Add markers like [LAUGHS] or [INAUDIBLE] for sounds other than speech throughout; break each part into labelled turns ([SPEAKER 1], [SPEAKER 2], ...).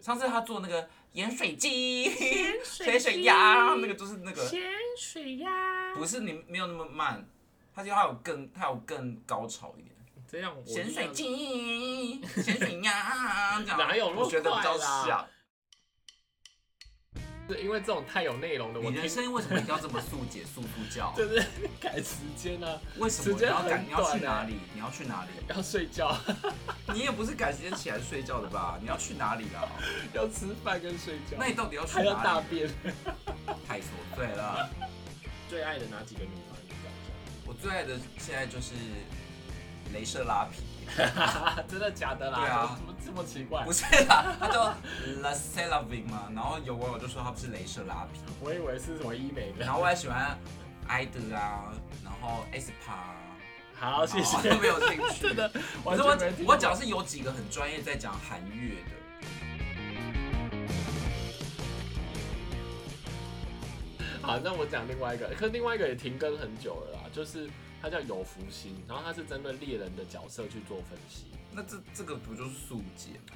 [SPEAKER 1] 上次他做那个盐水鸡、
[SPEAKER 2] 咸
[SPEAKER 1] 水水鸭，那个就是那个，
[SPEAKER 2] 咸水鸭，
[SPEAKER 1] 不是你没有那么慢，它就还有更它有更高潮一点。
[SPEAKER 3] 这样我
[SPEAKER 1] 咸水鸡、咸水
[SPEAKER 3] [LAUGHS]
[SPEAKER 1] 鸭，这样
[SPEAKER 3] 哪有那么
[SPEAKER 1] 我觉得比较
[SPEAKER 3] 快啦
[SPEAKER 1] 像。
[SPEAKER 3] 是因为这种太有内容的，我
[SPEAKER 1] 你人
[SPEAKER 3] 听
[SPEAKER 1] 生为什么一定要这么速解速度教？
[SPEAKER 3] 就是赶时间啊， [LAUGHS]
[SPEAKER 1] 为什
[SPEAKER 3] 时
[SPEAKER 1] 么你
[SPEAKER 3] 间
[SPEAKER 1] 要赶？
[SPEAKER 3] 很
[SPEAKER 1] 你要去
[SPEAKER 3] 短
[SPEAKER 1] 哪
[SPEAKER 3] 欸
[SPEAKER 1] 里？你要去哪里？
[SPEAKER 3] 要睡觉， [LAUGHS]
[SPEAKER 1] 你也不是赶时间起来睡觉的吧？你要去哪里啊？
[SPEAKER 3] 要吃饭跟睡觉，
[SPEAKER 1] 那你到底要去
[SPEAKER 3] 还要
[SPEAKER 1] 哪
[SPEAKER 3] 大
[SPEAKER 1] 里？
[SPEAKER 3] 便。 [LAUGHS]
[SPEAKER 1] 太琐碎了。
[SPEAKER 3] 最爱的哪几个女团？你讲
[SPEAKER 1] 我最爱的现在就是镭射拉皮，
[SPEAKER 3] 一下。 [LAUGHS] 真的假的啦？
[SPEAKER 1] 对啊
[SPEAKER 3] 怎么这么奇 [LAUGHS] 怪
[SPEAKER 1] 不？是啦，它叫 La c e l a v i n 嘛。然后有网友就说它不是镭射拉皮，
[SPEAKER 3] 我以为是什么医美
[SPEAKER 1] 然
[SPEAKER 3] [LAUGHS] 的。
[SPEAKER 1] 后我还喜欢艾德啊，然后啊 S p a
[SPEAKER 3] 好，谢 [LAUGHS] 谢。
[SPEAKER 1] 都没有兴趣。
[SPEAKER 3] 真的，
[SPEAKER 1] 可
[SPEAKER 3] 完
[SPEAKER 1] 是
[SPEAKER 3] 全没
[SPEAKER 1] 我
[SPEAKER 3] 听过
[SPEAKER 1] 我讲是有几个很专业在讲韩乐的，
[SPEAKER 3] 好，那我讲另外一个，可是另外一个也停更很久了啦，就是它叫有福星，然后它是针对猎人的角色去做分析，
[SPEAKER 1] 那这这个不就是速解吗？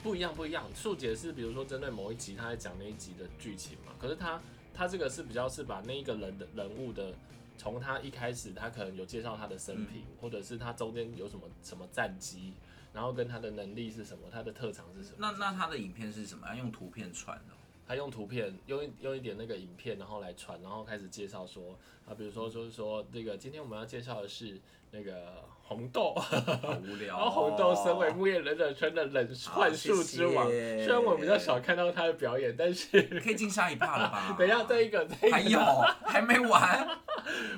[SPEAKER 3] 不一样不一样。速解是比如说针对某一集，他在讲那一集的剧情嘛，可是他他这个是比较是把那一个人的人物的。从他一开始，他可能有介绍他的生平，或者是他中间有什么什么战绩，然后跟他的能力是什么，他的特长是什么。
[SPEAKER 1] 那那他的影片是什么？要用图片传的哦。
[SPEAKER 3] 他用图片，用一用一点那个影片，然后来传，然后开始介绍说啊，比如说就是说这个今天我们要介绍的是那个红豆，
[SPEAKER 1] 好无聊、
[SPEAKER 3] 然 [LAUGHS]
[SPEAKER 1] 哦。
[SPEAKER 3] 后红豆身为木叶忍者圈的忍幻术之王，
[SPEAKER 1] 好谢哦谢
[SPEAKER 3] 虽然我比较少看到他的表演，但是？
[SPEAKER 1] 可以进下一趴了吧
[SPEAKER 3] [LAUGHS] 等一下这一个这
[SPEAKER 1] [LAUGHS]
[SPEAKER 3] 一
[SPEAKER 1] 还
[SPEAKER 3] 个，
[SPEAKER 1] 有还没
[SPEAKER 3] [LAUGHS]
[SPEAKER 1] 完，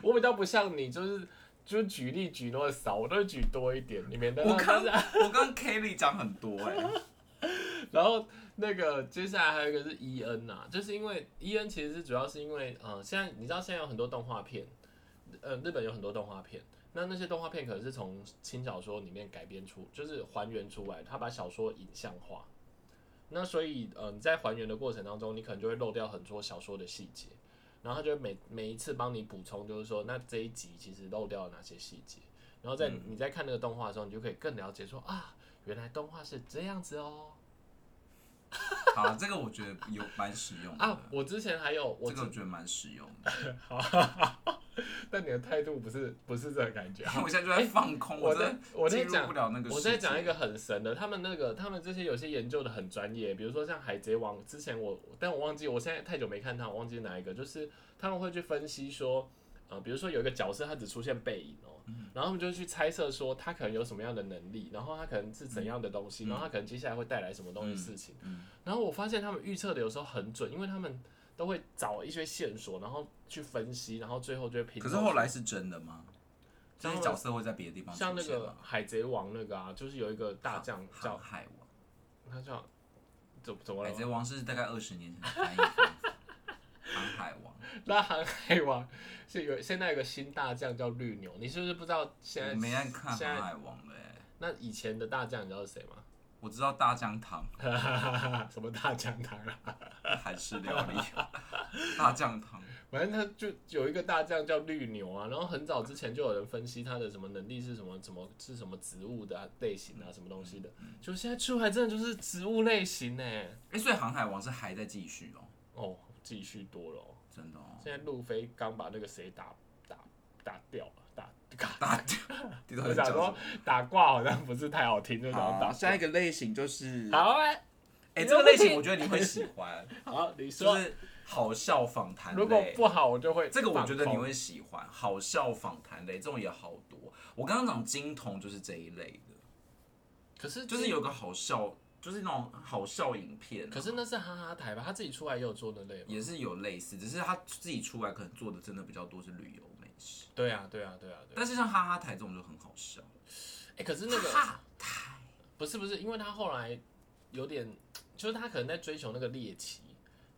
[SPEAKER 3] 我比较不像你，就是就是举例举那么少，我都会举多一点，你免得
[SPEAKER 1] 我
[SPEAKER 3] 让大
[SPEAKER 1] 刚
[SPEAKER 3] 家
[SPEAKER 1] 我跟 Kelly 讲很多哎、
[SPEAKER 3] [LAUGHS] 然后那个接下来还有一个是伊恩呐，就是因为伊恩其实是主要是因为呃，现在你知道现在有很多动画片，呃，日本有很多动画片，那那些动画片可能是从轻小说里面改编出，就是还原出来，他把小说影像化。那所以呃，你在还原的过程当中，你可能就会漏掉很多小说的细节，然后他就会每每一次帮你补充，就是说那这一集其实漏掉了哪些细节，然后在、你在看那个动画的时候，你就可以更了解说啊，原来动画是这样子哦。
[SPEAKER 1] 好，这个我觉得有蛮实用的，
[SPEAKER 3] 啊，我之前还有我
[SPEAKER 1] 这
[SPEAKER 3] 之，
[SPEAKER 1] 个我觉得蛮实用
[SPEAKER 3] [LAUGHS]
[SPEAKER 1] 的。
[SPEAKER 3] 但你的态度不是不是这个感觉。啊
[SPEAKER 1] 我现在就在放空，
[SPEAKER 3] 哎我在
[SPEAKER 1] 真
[SPEAKER 3] 我
[SPEAKER 1] 进
[SPEAKER 3] 在
[SPEAKER 1] 入不了那
[SPEAKER 3] 讲
[SPEAKER 1] 个，
[SPEAKER 3] 我
[SPEAKER 1] 世界
[SPEAKER 3] 在讲一个很神的，他们那个他们这些有些研究的很专业，比如说像《海贼王》，之前我但我忘记，我现在太久没看它，我忘记哪一个，就是他们会去分析说，呃，比如说有一个角色他只出现背影哦，
[SPEAKER 1] 嗯
[SPEAKER 3] 然后他们就去猜测说他可能有什么样的能力，然后他可能是怎样的东西，然后他可能接下来会带来什么东西事情，
[SPEAKER 1] 嗯
[SPEAKER 3] 然后我发现他们预测的有时候很准，因为他们都会找一些线索，然后去分析，然后最后就会评。
[SPEAKER 1] 可是后来是真的吗？这
[SPEAKER 3] 像
[SPEAKER 1] 些角色会在别的地方
[SPEAKER 3] 像那
[SPEAKER 1] 啊出现
[SPEAKER 3] 个
[SPEAKER 1] 吗
[SPEAKER 3] 海贼王那个啊，就是有一个大将
[SPEAKER 1] 航
[SPEAKER 3] 叫
[SPEAKER 1] 海王，
[SPEAKER 3] 他叫怎怎么
[SPEAKER 1] 海
[SPEAKER 3] 了？
[SPEAKER 1] 贼王是大概二十年前的翻译方法，
[SPEAKER 3] [LAUGHS]
[SPEAKER 1] 航海王
[SPEAKER 3] 那航海王是有现在有个新大将叫绿牛，你是不是不知道现在
[SPEAKER 1] 我没在看啊
[SPEAKER 3] 现
[SPEAKER 1] 航
[SPEAKER 3] 在
[SPEAKER 1] 海王了哎，
[SPEAKER 3] 那以前的大将你知道是谁吗？ [LAUGHS]
[SPEAKER 1] 我知道大江堂
[SPEAKER 3] 什么大将他啦？
[SPEAKER 1] 韩式料理，大酱汤。
[SPEAKER 3] 反正他就有一个大将叫绿牛啊，然后很早之前就有人分析他的什么能力是什么，什么是什么植物的、啊、类型
[SPEAKER 1] 嗯
[SPEAKER 3] 啊，什么东西的，就现在出来真的就是植物类型呢。
[SPEAKER 1] 哎、所以航海王是还在继续哦，
[SPEAKER 3] 哦，继续多了、哦，
[SPEAKER 1] 真的哦，
[SPEAKER 3] 现在路飞刚把那个谁打打打掉了，打打
[SPEAKER 1] 打掉，地头
[SPEAKER 3] 我
[SPEAKER 1] 人
[SPEAKER 3] 想
[SPEAKER 1] 讲什
[SPEAKER 3] 说
[SPEAKER 1] 么
[SPEAKER 3] 打挂好像不是太好听，就想要打
[SPEAKER 1] 好，下一
[SPEAKER 3] 个
[SPEAKER 1] 个类型就是，
[SPEAKER 3] 好啊，
[SPEAKER 1] 哎、这个类型我觉得你会喜欢，
[SPEAKER 3] 好，你
[SPEAKER 1] 就
[SPEAKER 3] 说、
[SPEAKER 1] 是好笑访谈类。
[SPEAKER 3] 如果不好我就会
[SPEAKER 1] 这个我觉得你
[SPEAKER 3] 放空
[SPEAKER 1] 会喜欢，好笑访谈类这种也好多。我刚刚讲金童就是这一类的，
[SPEAKER 3] 可是
[SPEAKER 1] 就是有个好笑，就是那种好笑影片啊、
[SPEAKER 3] 可是那是哈哈台吧，他自己出来也有做的类吧？
[SPEAKER 1] 也是有类似，只是他自己出来可能做的真的比较多是旅游美食，
[SPEAKER 3] 对啊对啊对啊对啊，
[SPEAKER 1] 但是像哈哈台这种就很好笑。
[SPEAKER 3] 哎、可是那个
[SPEAKER 1] 哈哈
[SPEAKER 3] 不是不是，因为他后来有点，就是他可能在追求那个猎奇，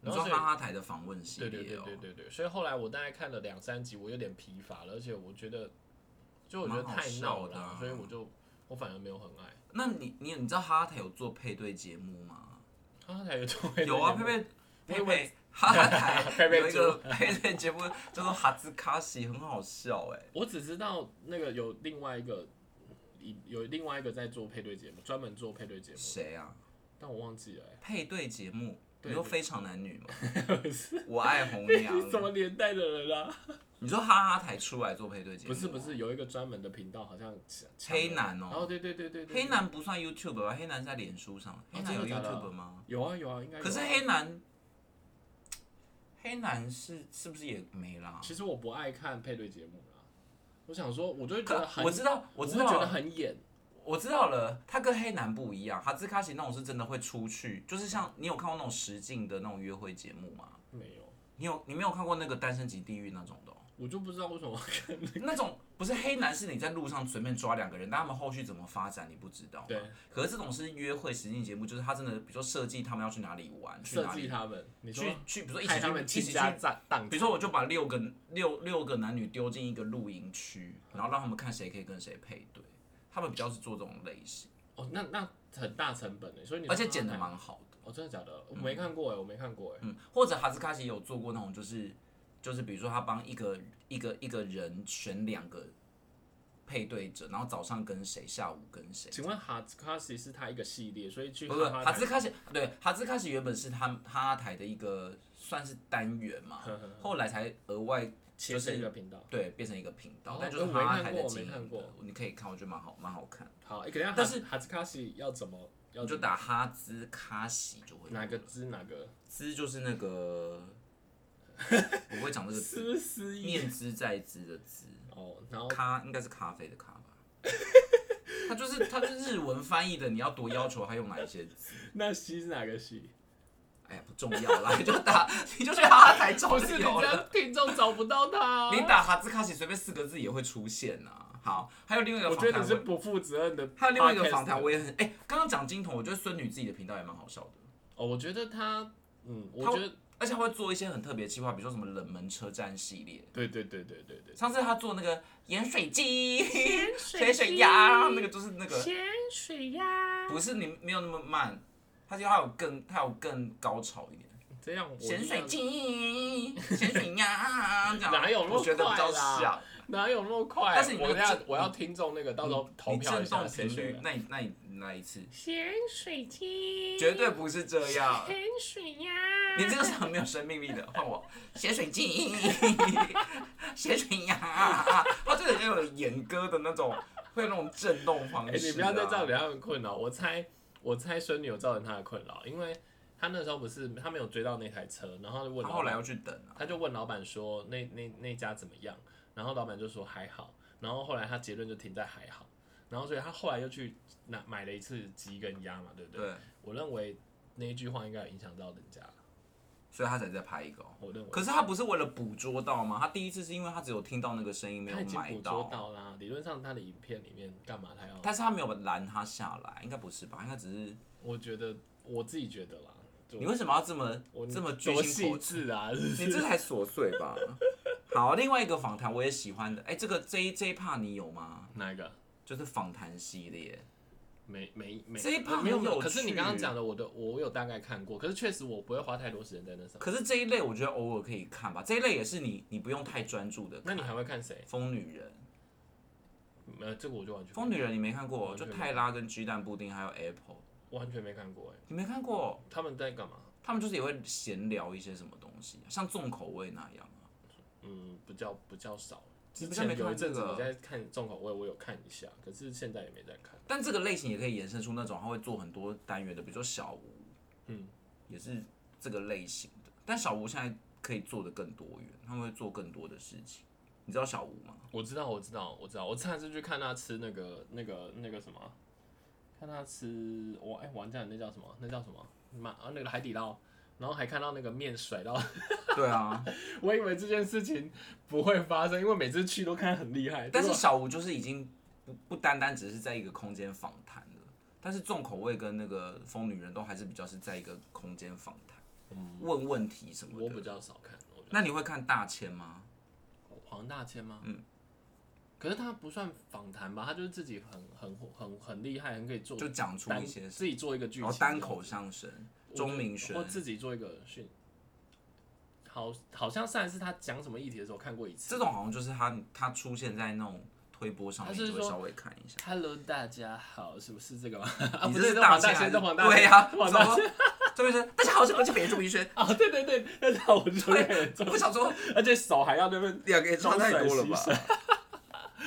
[SPEAKER 1] 你
[SPEAKER 3] 然后
[SPEAKER 1] 说
[SPEAKER 3] 所以
[SPEAKER 1] 哈哈台的访问系
[SPEAKER 3] 对对
[SPEAKER 1] 列
[SPEAKER 3] 对
[SPEAKER 1] 哦、
[SPEAKER 3] 对对对，所以后来我大概看了两三集，我有点疲乏了，而且我觉得就我觉得
[SPEAKER 1] 蛮好
[SPEAKER 3] 太闹
[SPEAKER 1] 笑
[SPEAKER 3] 了
[SPEAKER 1] 的
[SPEAKER 3] 啊，
[SPEAKER 1] 啊
[SPEAKER 3] 所以我就我反而没有很爱
[SPEAKER 1] 那你你你知道哈哈台有做配对节目吗？
[SPEAKER 3] 哈哈台有做配
[SPEAKER 1] 有啊，
[SPEAKER 3] 对
[SPEAKER 1] 佩佩
[SPEAKER 3] 我以
[SPEAKER 1] 佩
[SPEAKER 3] 为
[SPEAKER 1] 佩哈哈
[SPEAKER 3] [LAUGHS]
[SPEAKER 1] 台
[SPEAKER 3] 佩佩
[SPEAKER 1] 有一个 [LAUGHS] 配对节目叫做哈兹卡西，很好笑哎、
[SPEAKER 3] 我只知道那个有另外一个，有另外一个在做配对节目，专门做配对节目，
[SPEAKER 1] 谁啊？
[SPEAKER 3] 但我忘记了、欸
[SPEAKER 1] 配对节目，
[SPEAKER 3] 对
[SPEAKER 1] 你说
[SPEAKER 3] 对
[SPEAKER 1] 非常男
[SPEAKER 3] [LAUGHS]
[SPEAKER 1] 女吗？
[SPEAKER 3] 不是，
[SPEAKER 1] 我爱红
[SPEAKER 3] 你 [LAUGHS] 是欸什么
[SPEAKER 1] 娘，
[SPEAKER 3] 年代的人啊？
[SPEAKER 1] 你说哈哈台出来做配对节目？
[SPEAKER 3] 不是不，是，有一个专门的频道，好像抢抢
[SPEAKER 1] 黑
[SPEAKER 3] 了
[SPEAKER 1] 男哦
[SPEAKER 3] 哦，对对对对对，
[SPEAKER 1] 黑男不算 YouTube 吧？黑男在脸书上，黑男有
[SPEAKER 3] 哦真的假的
[SPEAKER 1] YouTube 吗？
[SPEAKER 3] 有啊有啊，应该有啊。
[SPEAKER 1] 可是黑男，黑男是是不是也没啦？
[SPEAKER 3] 其实我不爱看配对节目啦，我想说，我就会觉得
[SPEAKER 1] 可
[SPEAKER 3] 很，
[SPEAKER 1] 我知道，
[SPEAKER 3] 我
[SPEAKER 1] 我知
[SPEAKER 3] 会
[SPEAKER 1] 道
[SPEAKER 3] 觉得
[SPEAKER 1] 了，
[SPEAKER 3] 很演，
[SPEAKER 1] 我知道了。他跟黑男不一样，哈兹卡西那种是真的会出去，就是像你有看过那种实境的那种约会节目吗？
[SPEAKER 3] 没有，
[SPEAKER 1] 你有你没有看过那个单身级地狱那种的哦、
[SPEAKER 3] 我就不知道为什么要看那个。
[SPEAKER 1] 那种不是黑男，是你在路上随便抓两个人，但他们后续怎么发展你不知道。
[SPEAKER 3] [LAUGHS] 对，
[SPEAKER 1] 可是这种是约会实境节目，就是他真的，比如说设计他们要去哪里玩，去
[SPEAKER 3] 设
[SPEAKER 1] 哪
[SPEAKER 3] 计
[SPEAKER 1] 里
[SPEAKER 3] 他们，你说
[SPEAKER 1] 去去，比如说一
[SPEAKER 3] 害
[SPEAKER 1] 起
[SPEAKER 3] 他们
[SPEAKER 1] 去
[SPEAKER 3] 倾
[SPEAKER 1] 一起去
[SPEAKER 3] 家荡荡
[SPEAKER 1] 比如说，我就把六个六六个男女丢进一个露营区，然后让他们看谁可以跟谁配对。他们比较是做这种类型，
[SPEAKER 3] 哦，那那很大成本欸的，所以你
[SPEAKER 1] 而且
[SPEAKER 3] 说
[SPEAKER 1] 剪
[SPEAKER 3] 他
[SPEAKER 1] 得
[SPEAKER 3] 拍？
[SPEAKER 1] 蛮好的。
[SPEAKER 3] 哦，真的假的？我没看过哎，我没看过哎。
[SPEAKER 1] 嗯，或者哈斯卡西也有做过那种，就是就是比如说他帮一个一个一个人选两个配对者，然后早上跟谁，下午跟谁。
[SPEAKER 3] 请问哈兹卡西是他一个系列，所以去
[SPEAKER 1] 不是
[SPEAKER 3] 哈哈
[SPEAKER 1] 哈兹卡西，对哈兹卡西原本是他哈台的一个算是单元嘛，后来才额外
[SPEAKER 3] 切成
[SPEAKER 1] 是
[SPEAKER 3] 一个频道。
[SPEAKER 1] 对变成一个频道
[SPEAKER 3] 哦，
[SPEAKER 1] 但就是
[SPEAKER 3] 我没看
[SPEAKER 1] 哈台的
[SPEAKER 3] 过我
[SPEAKER 1] 经
[SPEAKER 3] 没看
[SPEAKER 1] 营
[SPEAKER 3] 过
[SPEAKER 1] 的，你可以看，我觉得蛮好蛮好看。
[SPEAKER 3] 好，哎，等一下，
[SPEAKER 1] 但
[SPEAKER 3] 但是哈兹卡西要怎么要
[SPEAKER 1] 你就
[SPEAKER 3] 怎么
[SPEAKER 1] 打哈兹卡西就会有
[SPEAKER 3] 哪个支哪个
[SPEAKER 1] 兹就是那
[SPEAKER 3] [LAUGHS]
[SPEAKER 1] 个，我不会讲这个字，
[SPEAKER 3] 思思意
[SPEAKER 1] 念兹在兹的兹，
[SPEAKER 3] 哦，然后
[SPEAKER 1] 咖应该是咖啡的咖吧。它就是它是日文翻译的，你要多要求它用哪一些字？
[SPEAKER 3] 那西是哪个西？
[SPEAKER 1] 哎呀，不重要啦，你就打你就去哈台找
[SPEAKER 3] 不
[SPEAKER 1] 就是
[SPEAKER 3] 你
[SPEAKER 1] 有
[SPEAKER 3] 这
[SPEAKER 1] 了。
[SPEAKER 3] 样听众找不到
[SPEAKER 1] [LAUGHS]
[SPEAKER 3] 他、哦
[SPEAKER 1] 你，打哈兹卡西随便四个字也会出现呐、啊好，还有另外一个
[SPEAKER 3] 我
[SPEAKER 1] 访
[SPEAKER 3] 觉
[SPEAKER 1] 谈，
[SPEAKER 3] 得你是不负责任的。
[SPEAKER 1] 还有另外一个访谈，我，也很哎，刚刚讲金童，我觉得孙女自己的频道也蛮好笑的。
[SPEAKER 3] 哦，我觉得他，嗯，我
[SPEAKER 1] 他
[SPEAKER 3] 觉得，
[SPEAKER 1] 而且他会做一些很特别的计划，比如说什么冷门车站系列。
[SPEAKER 3] 对对对对对对，
[SPEAKER 1] 上次他做那个盐水鸡、
[SPEAKER 2] 水
[SPEAKER 1] 水
[SPEAKER 2] 鸡
[SPEAKER 1] 水鸭，那个就是那个
[SPEAKER 2] 咸水鸭。
[SPEAKER 1] 不是你没有那么慢，他就还有更他有更高潮一点，
[SPEAKER 3] 这样我
[SPEAKER 1] 咸水鸡、咸水
[SPEAKER 3] [LAUGHS]
[SPEAKER 1] 鸭这样。
[SPEAKER 3] 哪有那么
[SPEAKER 1] 我觉得比较
[SPEAKER 3] 快啦
[SPEAKER 1] 像，
[SPEAKER 3] 哪有那么快？
[SPEAKER 1] 但是你
[SPEAKER 3] 我
[SPEAKER 1] 那个
[SPEAKER 3] 要
[SPEAKER 1] 震
[SPEAKER 3] 我要听众那个到时候投
[SPEAKER 1] 你
[SPEAKER 3] 票
[SPEAKER 1] 震
[SPEAKER 3] 一下啊
[SPEAKER 1] 动
[SPEAKER 3] 谁
[SPEAKER 1] 频
[SPEAKER 3] 选
[SPEAKER 1] 率
[SPEAKER 3] 的，。
[SPEAKER 1] 那你那你那一次
[SPEAKER 2] 咸水鸡，
[SPEAKER 1] 绝对不是这样。
[SPEAKER 2] 咸水鸭。
[SPEAKER 1] 你这个是很没有生命力的，换我咸水鸡， [LAUGHS] 咸水鸭，他真的很有演歌的那种，会有那种震动方式、
[SPEAKER 3] 哎、
[SPEAKER 1] 啊。
[SPEAKER 3] 你不要再造成他们困扰。我猜，我猜孙女有造成他的困扰，因为他那时候不是他没有追到那台车，然后他就问
[SPEAKER 1] 他
[SPEAKER 3] 老
[SPEAKER 1] 后
[SPEAKER 3] 板
[SPEAKER 1] 来又去等啊，
[SPEAKER 3] 他就问老板说那那那家怎么样，然后老板就说还好，然后后来他结论就停在还好，然后所以他后来又去拿买了一次鸡跟鸭嘛，对不对？
[SPEAKER 1] 对，
[SPEAKER 3] 我认为那一句话应该有影响到人家，
[SPEAKER 1] 所以他才再拍一个、哦。
[SPEAKER 3] 我认为。
[SPEAKER 1] 可是他不是为了捕捉到吗？他第一次是因为他只有听到那个声音，没有
[SPEAKER 3] 他已经
[SPEAKER 1] 买
[SPEAKER 3] 捕捉
[SPEAKER 1] 到。
[SPEAKER 3] 到啦，理论上他的影片里面干嘛他要？
[SPEAKER 1] 但是他没有拦他下来，应该不是吧？应该只是
[SPEAKER 3] 我觉得我自己觉得啦，就
[SPEAKER 1] 你为什么要这么
[SPEAKER 3] 我
[SPEAKER 1] 这么居
[SPEAKER 3] 多
[SPEAKER 1] 心
[SPEAKER 3] 细
[SPEAKER 1] 叵测？
[SPEAKER 3] 致啊，是不
[SPEAKER 1] 你这
[SPEAKER 3] 是？
[SPEAKER 1] 才琐碎
[SPEAKER 3] [LAUGHS]
[SPEAKER 1] 吧？好，另外一个访谈我也喜欢的，哎、这个这一这一 part 你有吗？
[SPEAKER 3] 哪一个？
[SPEAKER 1] 就是访谈系列，
[SPEAKER 3] 没没没，
[SPEAKER 1] 这一趴
[SPEAKER 3] 没有
[SPEAKER 1] 很
[SPEAKER 3] 没有。
[SPEAKER 1] 有
[SPEAKER 3] 可是你
[SPEAKER 1] 趣
[SPEAKER 3] 刚刚讲的，我的我有大概看过，可是确实我不会花太多时间在那上。
[SPEAKER 1] 可是这一类我觉得偶尔可以看吧，这一类也是你你不用太专注的
[SPEAKER 3] 那
[SPEAKER 1] 看。
[SPEAKER 3] 你还会看谁？
[SPEAKER 1] 疯女人，
[SPEAKER 3] 呃，这个我就完全
[SPEAKER 1] 疯女人你没看过？
[SPEAKER 3] 完
[SPEAKER 1] 就
[SPEAKER 3] 全没
[SPEAKER 1] 泰拉跟鸡蛋布丁还有 Apple，
[SPEAKER 3] 完全没看过哎、
[SPEAKER 1] 你没看过？
[SPEAKER 3] 他们在干嘛？
[SPEAKER 1] 他们就是也会闲聊一些什么东西，啊像重口味那样啊。
[SPEAKER 3] 嗯，比较比较少。
[SPEAKER 1] 你
[SPEAKER 3] 之
[SPEAKER 1] 不是没
[SPEAKER 3] 前有一
[SPEAKER 1] 看这
[SPEAKER 3] 阵子我
[SPEAKER 1] 个，
[SPEAKER 3] 在看重口味，我有看一下，可是现在也没在看。
[SPEAKER 1] 但这个类型也可以延伸出那种他会做很多单元的，比如说小吴，
[SPEAKER 3] 嗯，
[SPEAKER 1] 也是这个类型的。但小吴现在可以做的更多元，他们会做更多的事情。你知道小吴
[SPEAKER 3] [LAUGHS]
[SPEAKER 1] 吗？
[SPEAKER 3] 我知道，我知道，我知道。我上次去看他吃那个、那个、那个什么，看他吃我哎，玩家那叫什么？那叫什么？妈啊，那个海底捞。然后还看到那个面甩到 [LAUGHS]
[SPEAKER 1] 对啊，
[SPEAKER 3] 我以为这件事情不会发生，因为每次去都看很厉
[SPEAKER 1] [LAUGHS]
[SPEAKER 3] 害。
[SPEAKER 1] 但是
[SPEAKER 3] 结果
[SPEAKER 1] 小吴就是已经不不单单只是在一个空间访谈了，但是重口味跟那个疯女人都还是比较是在一个空间访谈，问问题什么
[SPEAKER 3] 嗯我比
[SPEAKER 1] 的。
[SPEAKER 3] 较少看。我比较
[SPEAKER 1] 那你会看大千吗？
[SPEAKER 3] 黄大千吗？嗯。可是他不算访谈吧，他就是自己很很很很厉害，很可以做
[SPEAKER 1] 就讲出
[SPEAKER 3] 单
[SPEAKER 1] 一些
[SPEAKER 3] 自己做一个剧
[SPEAKER 1] 然后
[SPEAKER 3] 情，
[SPEAKER 1] 单口相声，
[SPEAKER 3] 我觉得
[SPEAKER 1] 钟明轩
[SPEAKER 3] 或，自己做一个训。好，好像上一次他讲什么议题的时候看过一次。
[SPEAKER 1] 这种好像就是他他出现在那种推播上面
[SPEAKER 3] 他是
[SPEAKER 1] 就会
[SPEAKER 3] 说
[SPEAKER 1] 稍微看一下。
[SPEAKER 3] Hello，大家好，是不是这个吗？啊，
[SPEAKER 1] 你
[SPEAKER 3] 不
[SPEAKER 1] 这
[SPEAKER 3] 是
[SPEAKER 1] 是
[SPEAKER 3] 这
[SPEAKER 1] 仙
[SPEAKER 3] 黄大
[SPEAKER 1] 还
[SPEAKER 3] 仙，
[SPEAKER 1] 是
[SPEAKER 3] 这黄大仙，
[SPEAKER 1] 对呀、
[SPEAKER 3] 黄
[SPEAKER 1] 怎
[SPEAKER 3] 大
[SPEAKER 1] 么
[SPEAKER 3] 仙。
[SPEAKER 1] 周医生，大家好，我是我是北野周医生。
[SPEAKER 3] [LAUGHS] 啊，对对对，那是我就有点重
[SPEAKER 1] 我，想
[SPEAKER 3] [LAUGHS]
[SPEAKER 1] 说
[SPEAKER 3] 而且手还要那边。
[SPEAKER 1] 两个也差太多了吧
[SPEAKER 3] 双甩？
[SPEAKER 1] [LAUGHS]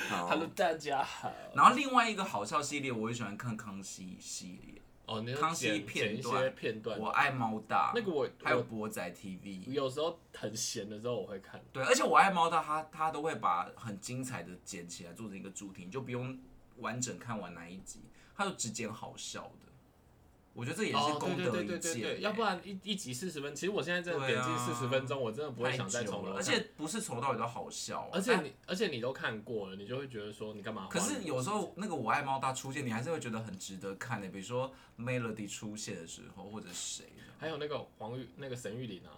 [SPEAKER 1] 好
[SPEAKER 3] Hello，大家好。
[SPEAKER 1] 然后另外一个好笑系列，我也喜欢看康熙系列，
[SPEAKER 3] 哦，你要
[SPEAKER 1] 康熙
[SPEAKER 3] 剪剪一
[SPEAKER 1] 片段
[SPEAKER 3] 些片段，
[SPEAKER 1] 我爱猫大，
[SPEAKER 3] 那个我
[SPEAKER 1] 还有
[SPEAKER 3] 我
[SPEAKER 1] 博仔 TV。
[SPEAKER 3] 有时候很闲的时候我会看。
[SPEAKER 1] 对，而且我爱猫大，它它都会把很精彩的剪起来做成一个主题，你就不用完整看完哪一集，它就只剪好笑的。我觉得这也是
[SPEAKER 3] 哦，
[SPEAKER 1] 功
[SPEAKER 3] 对
[SPEAKER 1] 德
[SPEAKER 3] 对
[SPEAKER 1] 一
[SPEAKER 3] 对
[SPEAKER 1] 件
[SPEAKER 3] 对
[SPEAKER 1] 欸、
[SPEAKER 3] 对，要不然一一集四十分，其实我现在真的
[SPEAKER 1] 对
[SPEAKER 3] 点
[SPEAKER 1] 啊
[SPEAKER 3] 进四十分钟，我真的不会
[SPEAKER 1] 太
[SPEAKER 3] 想再
[SPEAKER 1] 久
[SPEAKER 3] 重
[SPEAKER 1] 了，
[SPEAKER 3] 头
[SPEAKER 1] 而
[SPEAKER 3] 看。
[SPEAKER 1] 且不是从头到尾都好笑啊、
[SPEAKER 3] 而且
[SPEAKER 1] 但
[SPEAKER 3] 你而且你都看过了，你就会觉得说你干嘛花
[SPEAKER 1] 可
[SPEAKER 3] 那么多
[SPEAKER 1] 是
[SPEAKER 3] 时间？
[SPEAKER 1] 有时候那个我爱猫大出现，你还是会觉得很值得看的、比如说 Melody 出现的时候，或者谁这样
[SPEAKER 3] 还有那个黄玉那个沈玉琳啊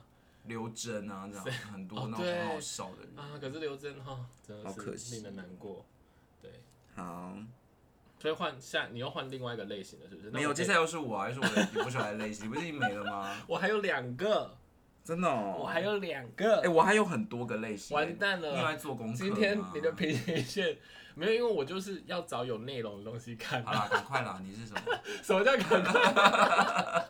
[SPEAKER 1] 刘真啊这样，很多
[SPEAKER 3] 哦
[SPEAKER 1] 那种
[SPEAKER 3] 对
[SPEAKER 1] 很好笑的人。
[SPEAKER 3] 啊，可是刘真哈真
[SPEAKER 1] 嗯好可
[SPEAKER 3] 的是
[SPEAKER 1] 惜
[SPEAKER 3] 令人难过。对，
[SPEAKER 1] 好，
[SPEAKER 3] 所以换下你要换另外一个类型的，是不是？
[SPEAKER 1] 没有，接下
[SPEAKER 3] 来
[SPEAKER 1] 来又是我、啊，又是我的你不喜欢的类型，你不是已经没了吗？
[SPEAKER 3] 我还有两个，
[SPEAKER 1] [LAUGHS] 真的、哦
[SPEAKER 3] 我还有两
[SPEAKER 1] 哎、
[SPEAKER 3] 个，
[SPEAKER 1] 我还有很多个类型、
[SPEAKER 3] 完蛋了
[SPEAKER 1] 你有在做功课
[SPEAKER 3] 今天
[SPEAKER 1] 吗
[SPEAKER 3] 你的平行线没有，因为我就是要找有内容的东西看
[SPEAKER 1] 好。啦，赶快啦！你是什么？
[SPEAKER 3] [LAUGHS] 什么叫可能？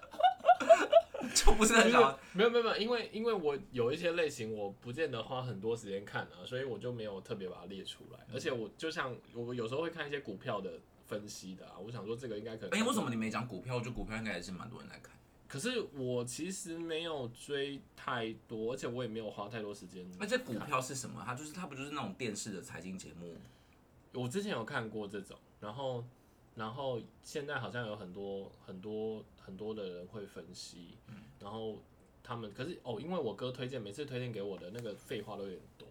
[SPEAKER 1] 就不是很
[SPEAKER 3] 就是
[SPEAKER 1] 想
[SPEAKER 3] [LAUGHS]
[SPEAKER 1] 要
[SPEAKER 3] 没有没有没有，因为因为我有一些类型我不见得花很多时间看啊，所以我就没有特别把它列出来。而且我就像我有时候会看一些股票的分析的啊，我想说这个应该可能。
[SPEAKER 1] 哎、为什么你没讲股票？我觉得股票应该也是蛮多人在看。
[SPEAKER 3] 可是我其实没有追太多，而且我也没有花太多时间。
[SPEAKER 1] 而且股票是什么？它就是它不就是那种电视的财经节目？
[SPEAKER 3] 我之前有看过这种，然后然后现在好像有很多很多很多的人会分析，
[SPEAKER 1] 嗯
[SPEAKER 3] 然后他们可是哦，因为我哥推荐，每次推荐给我的那个废话都有点多，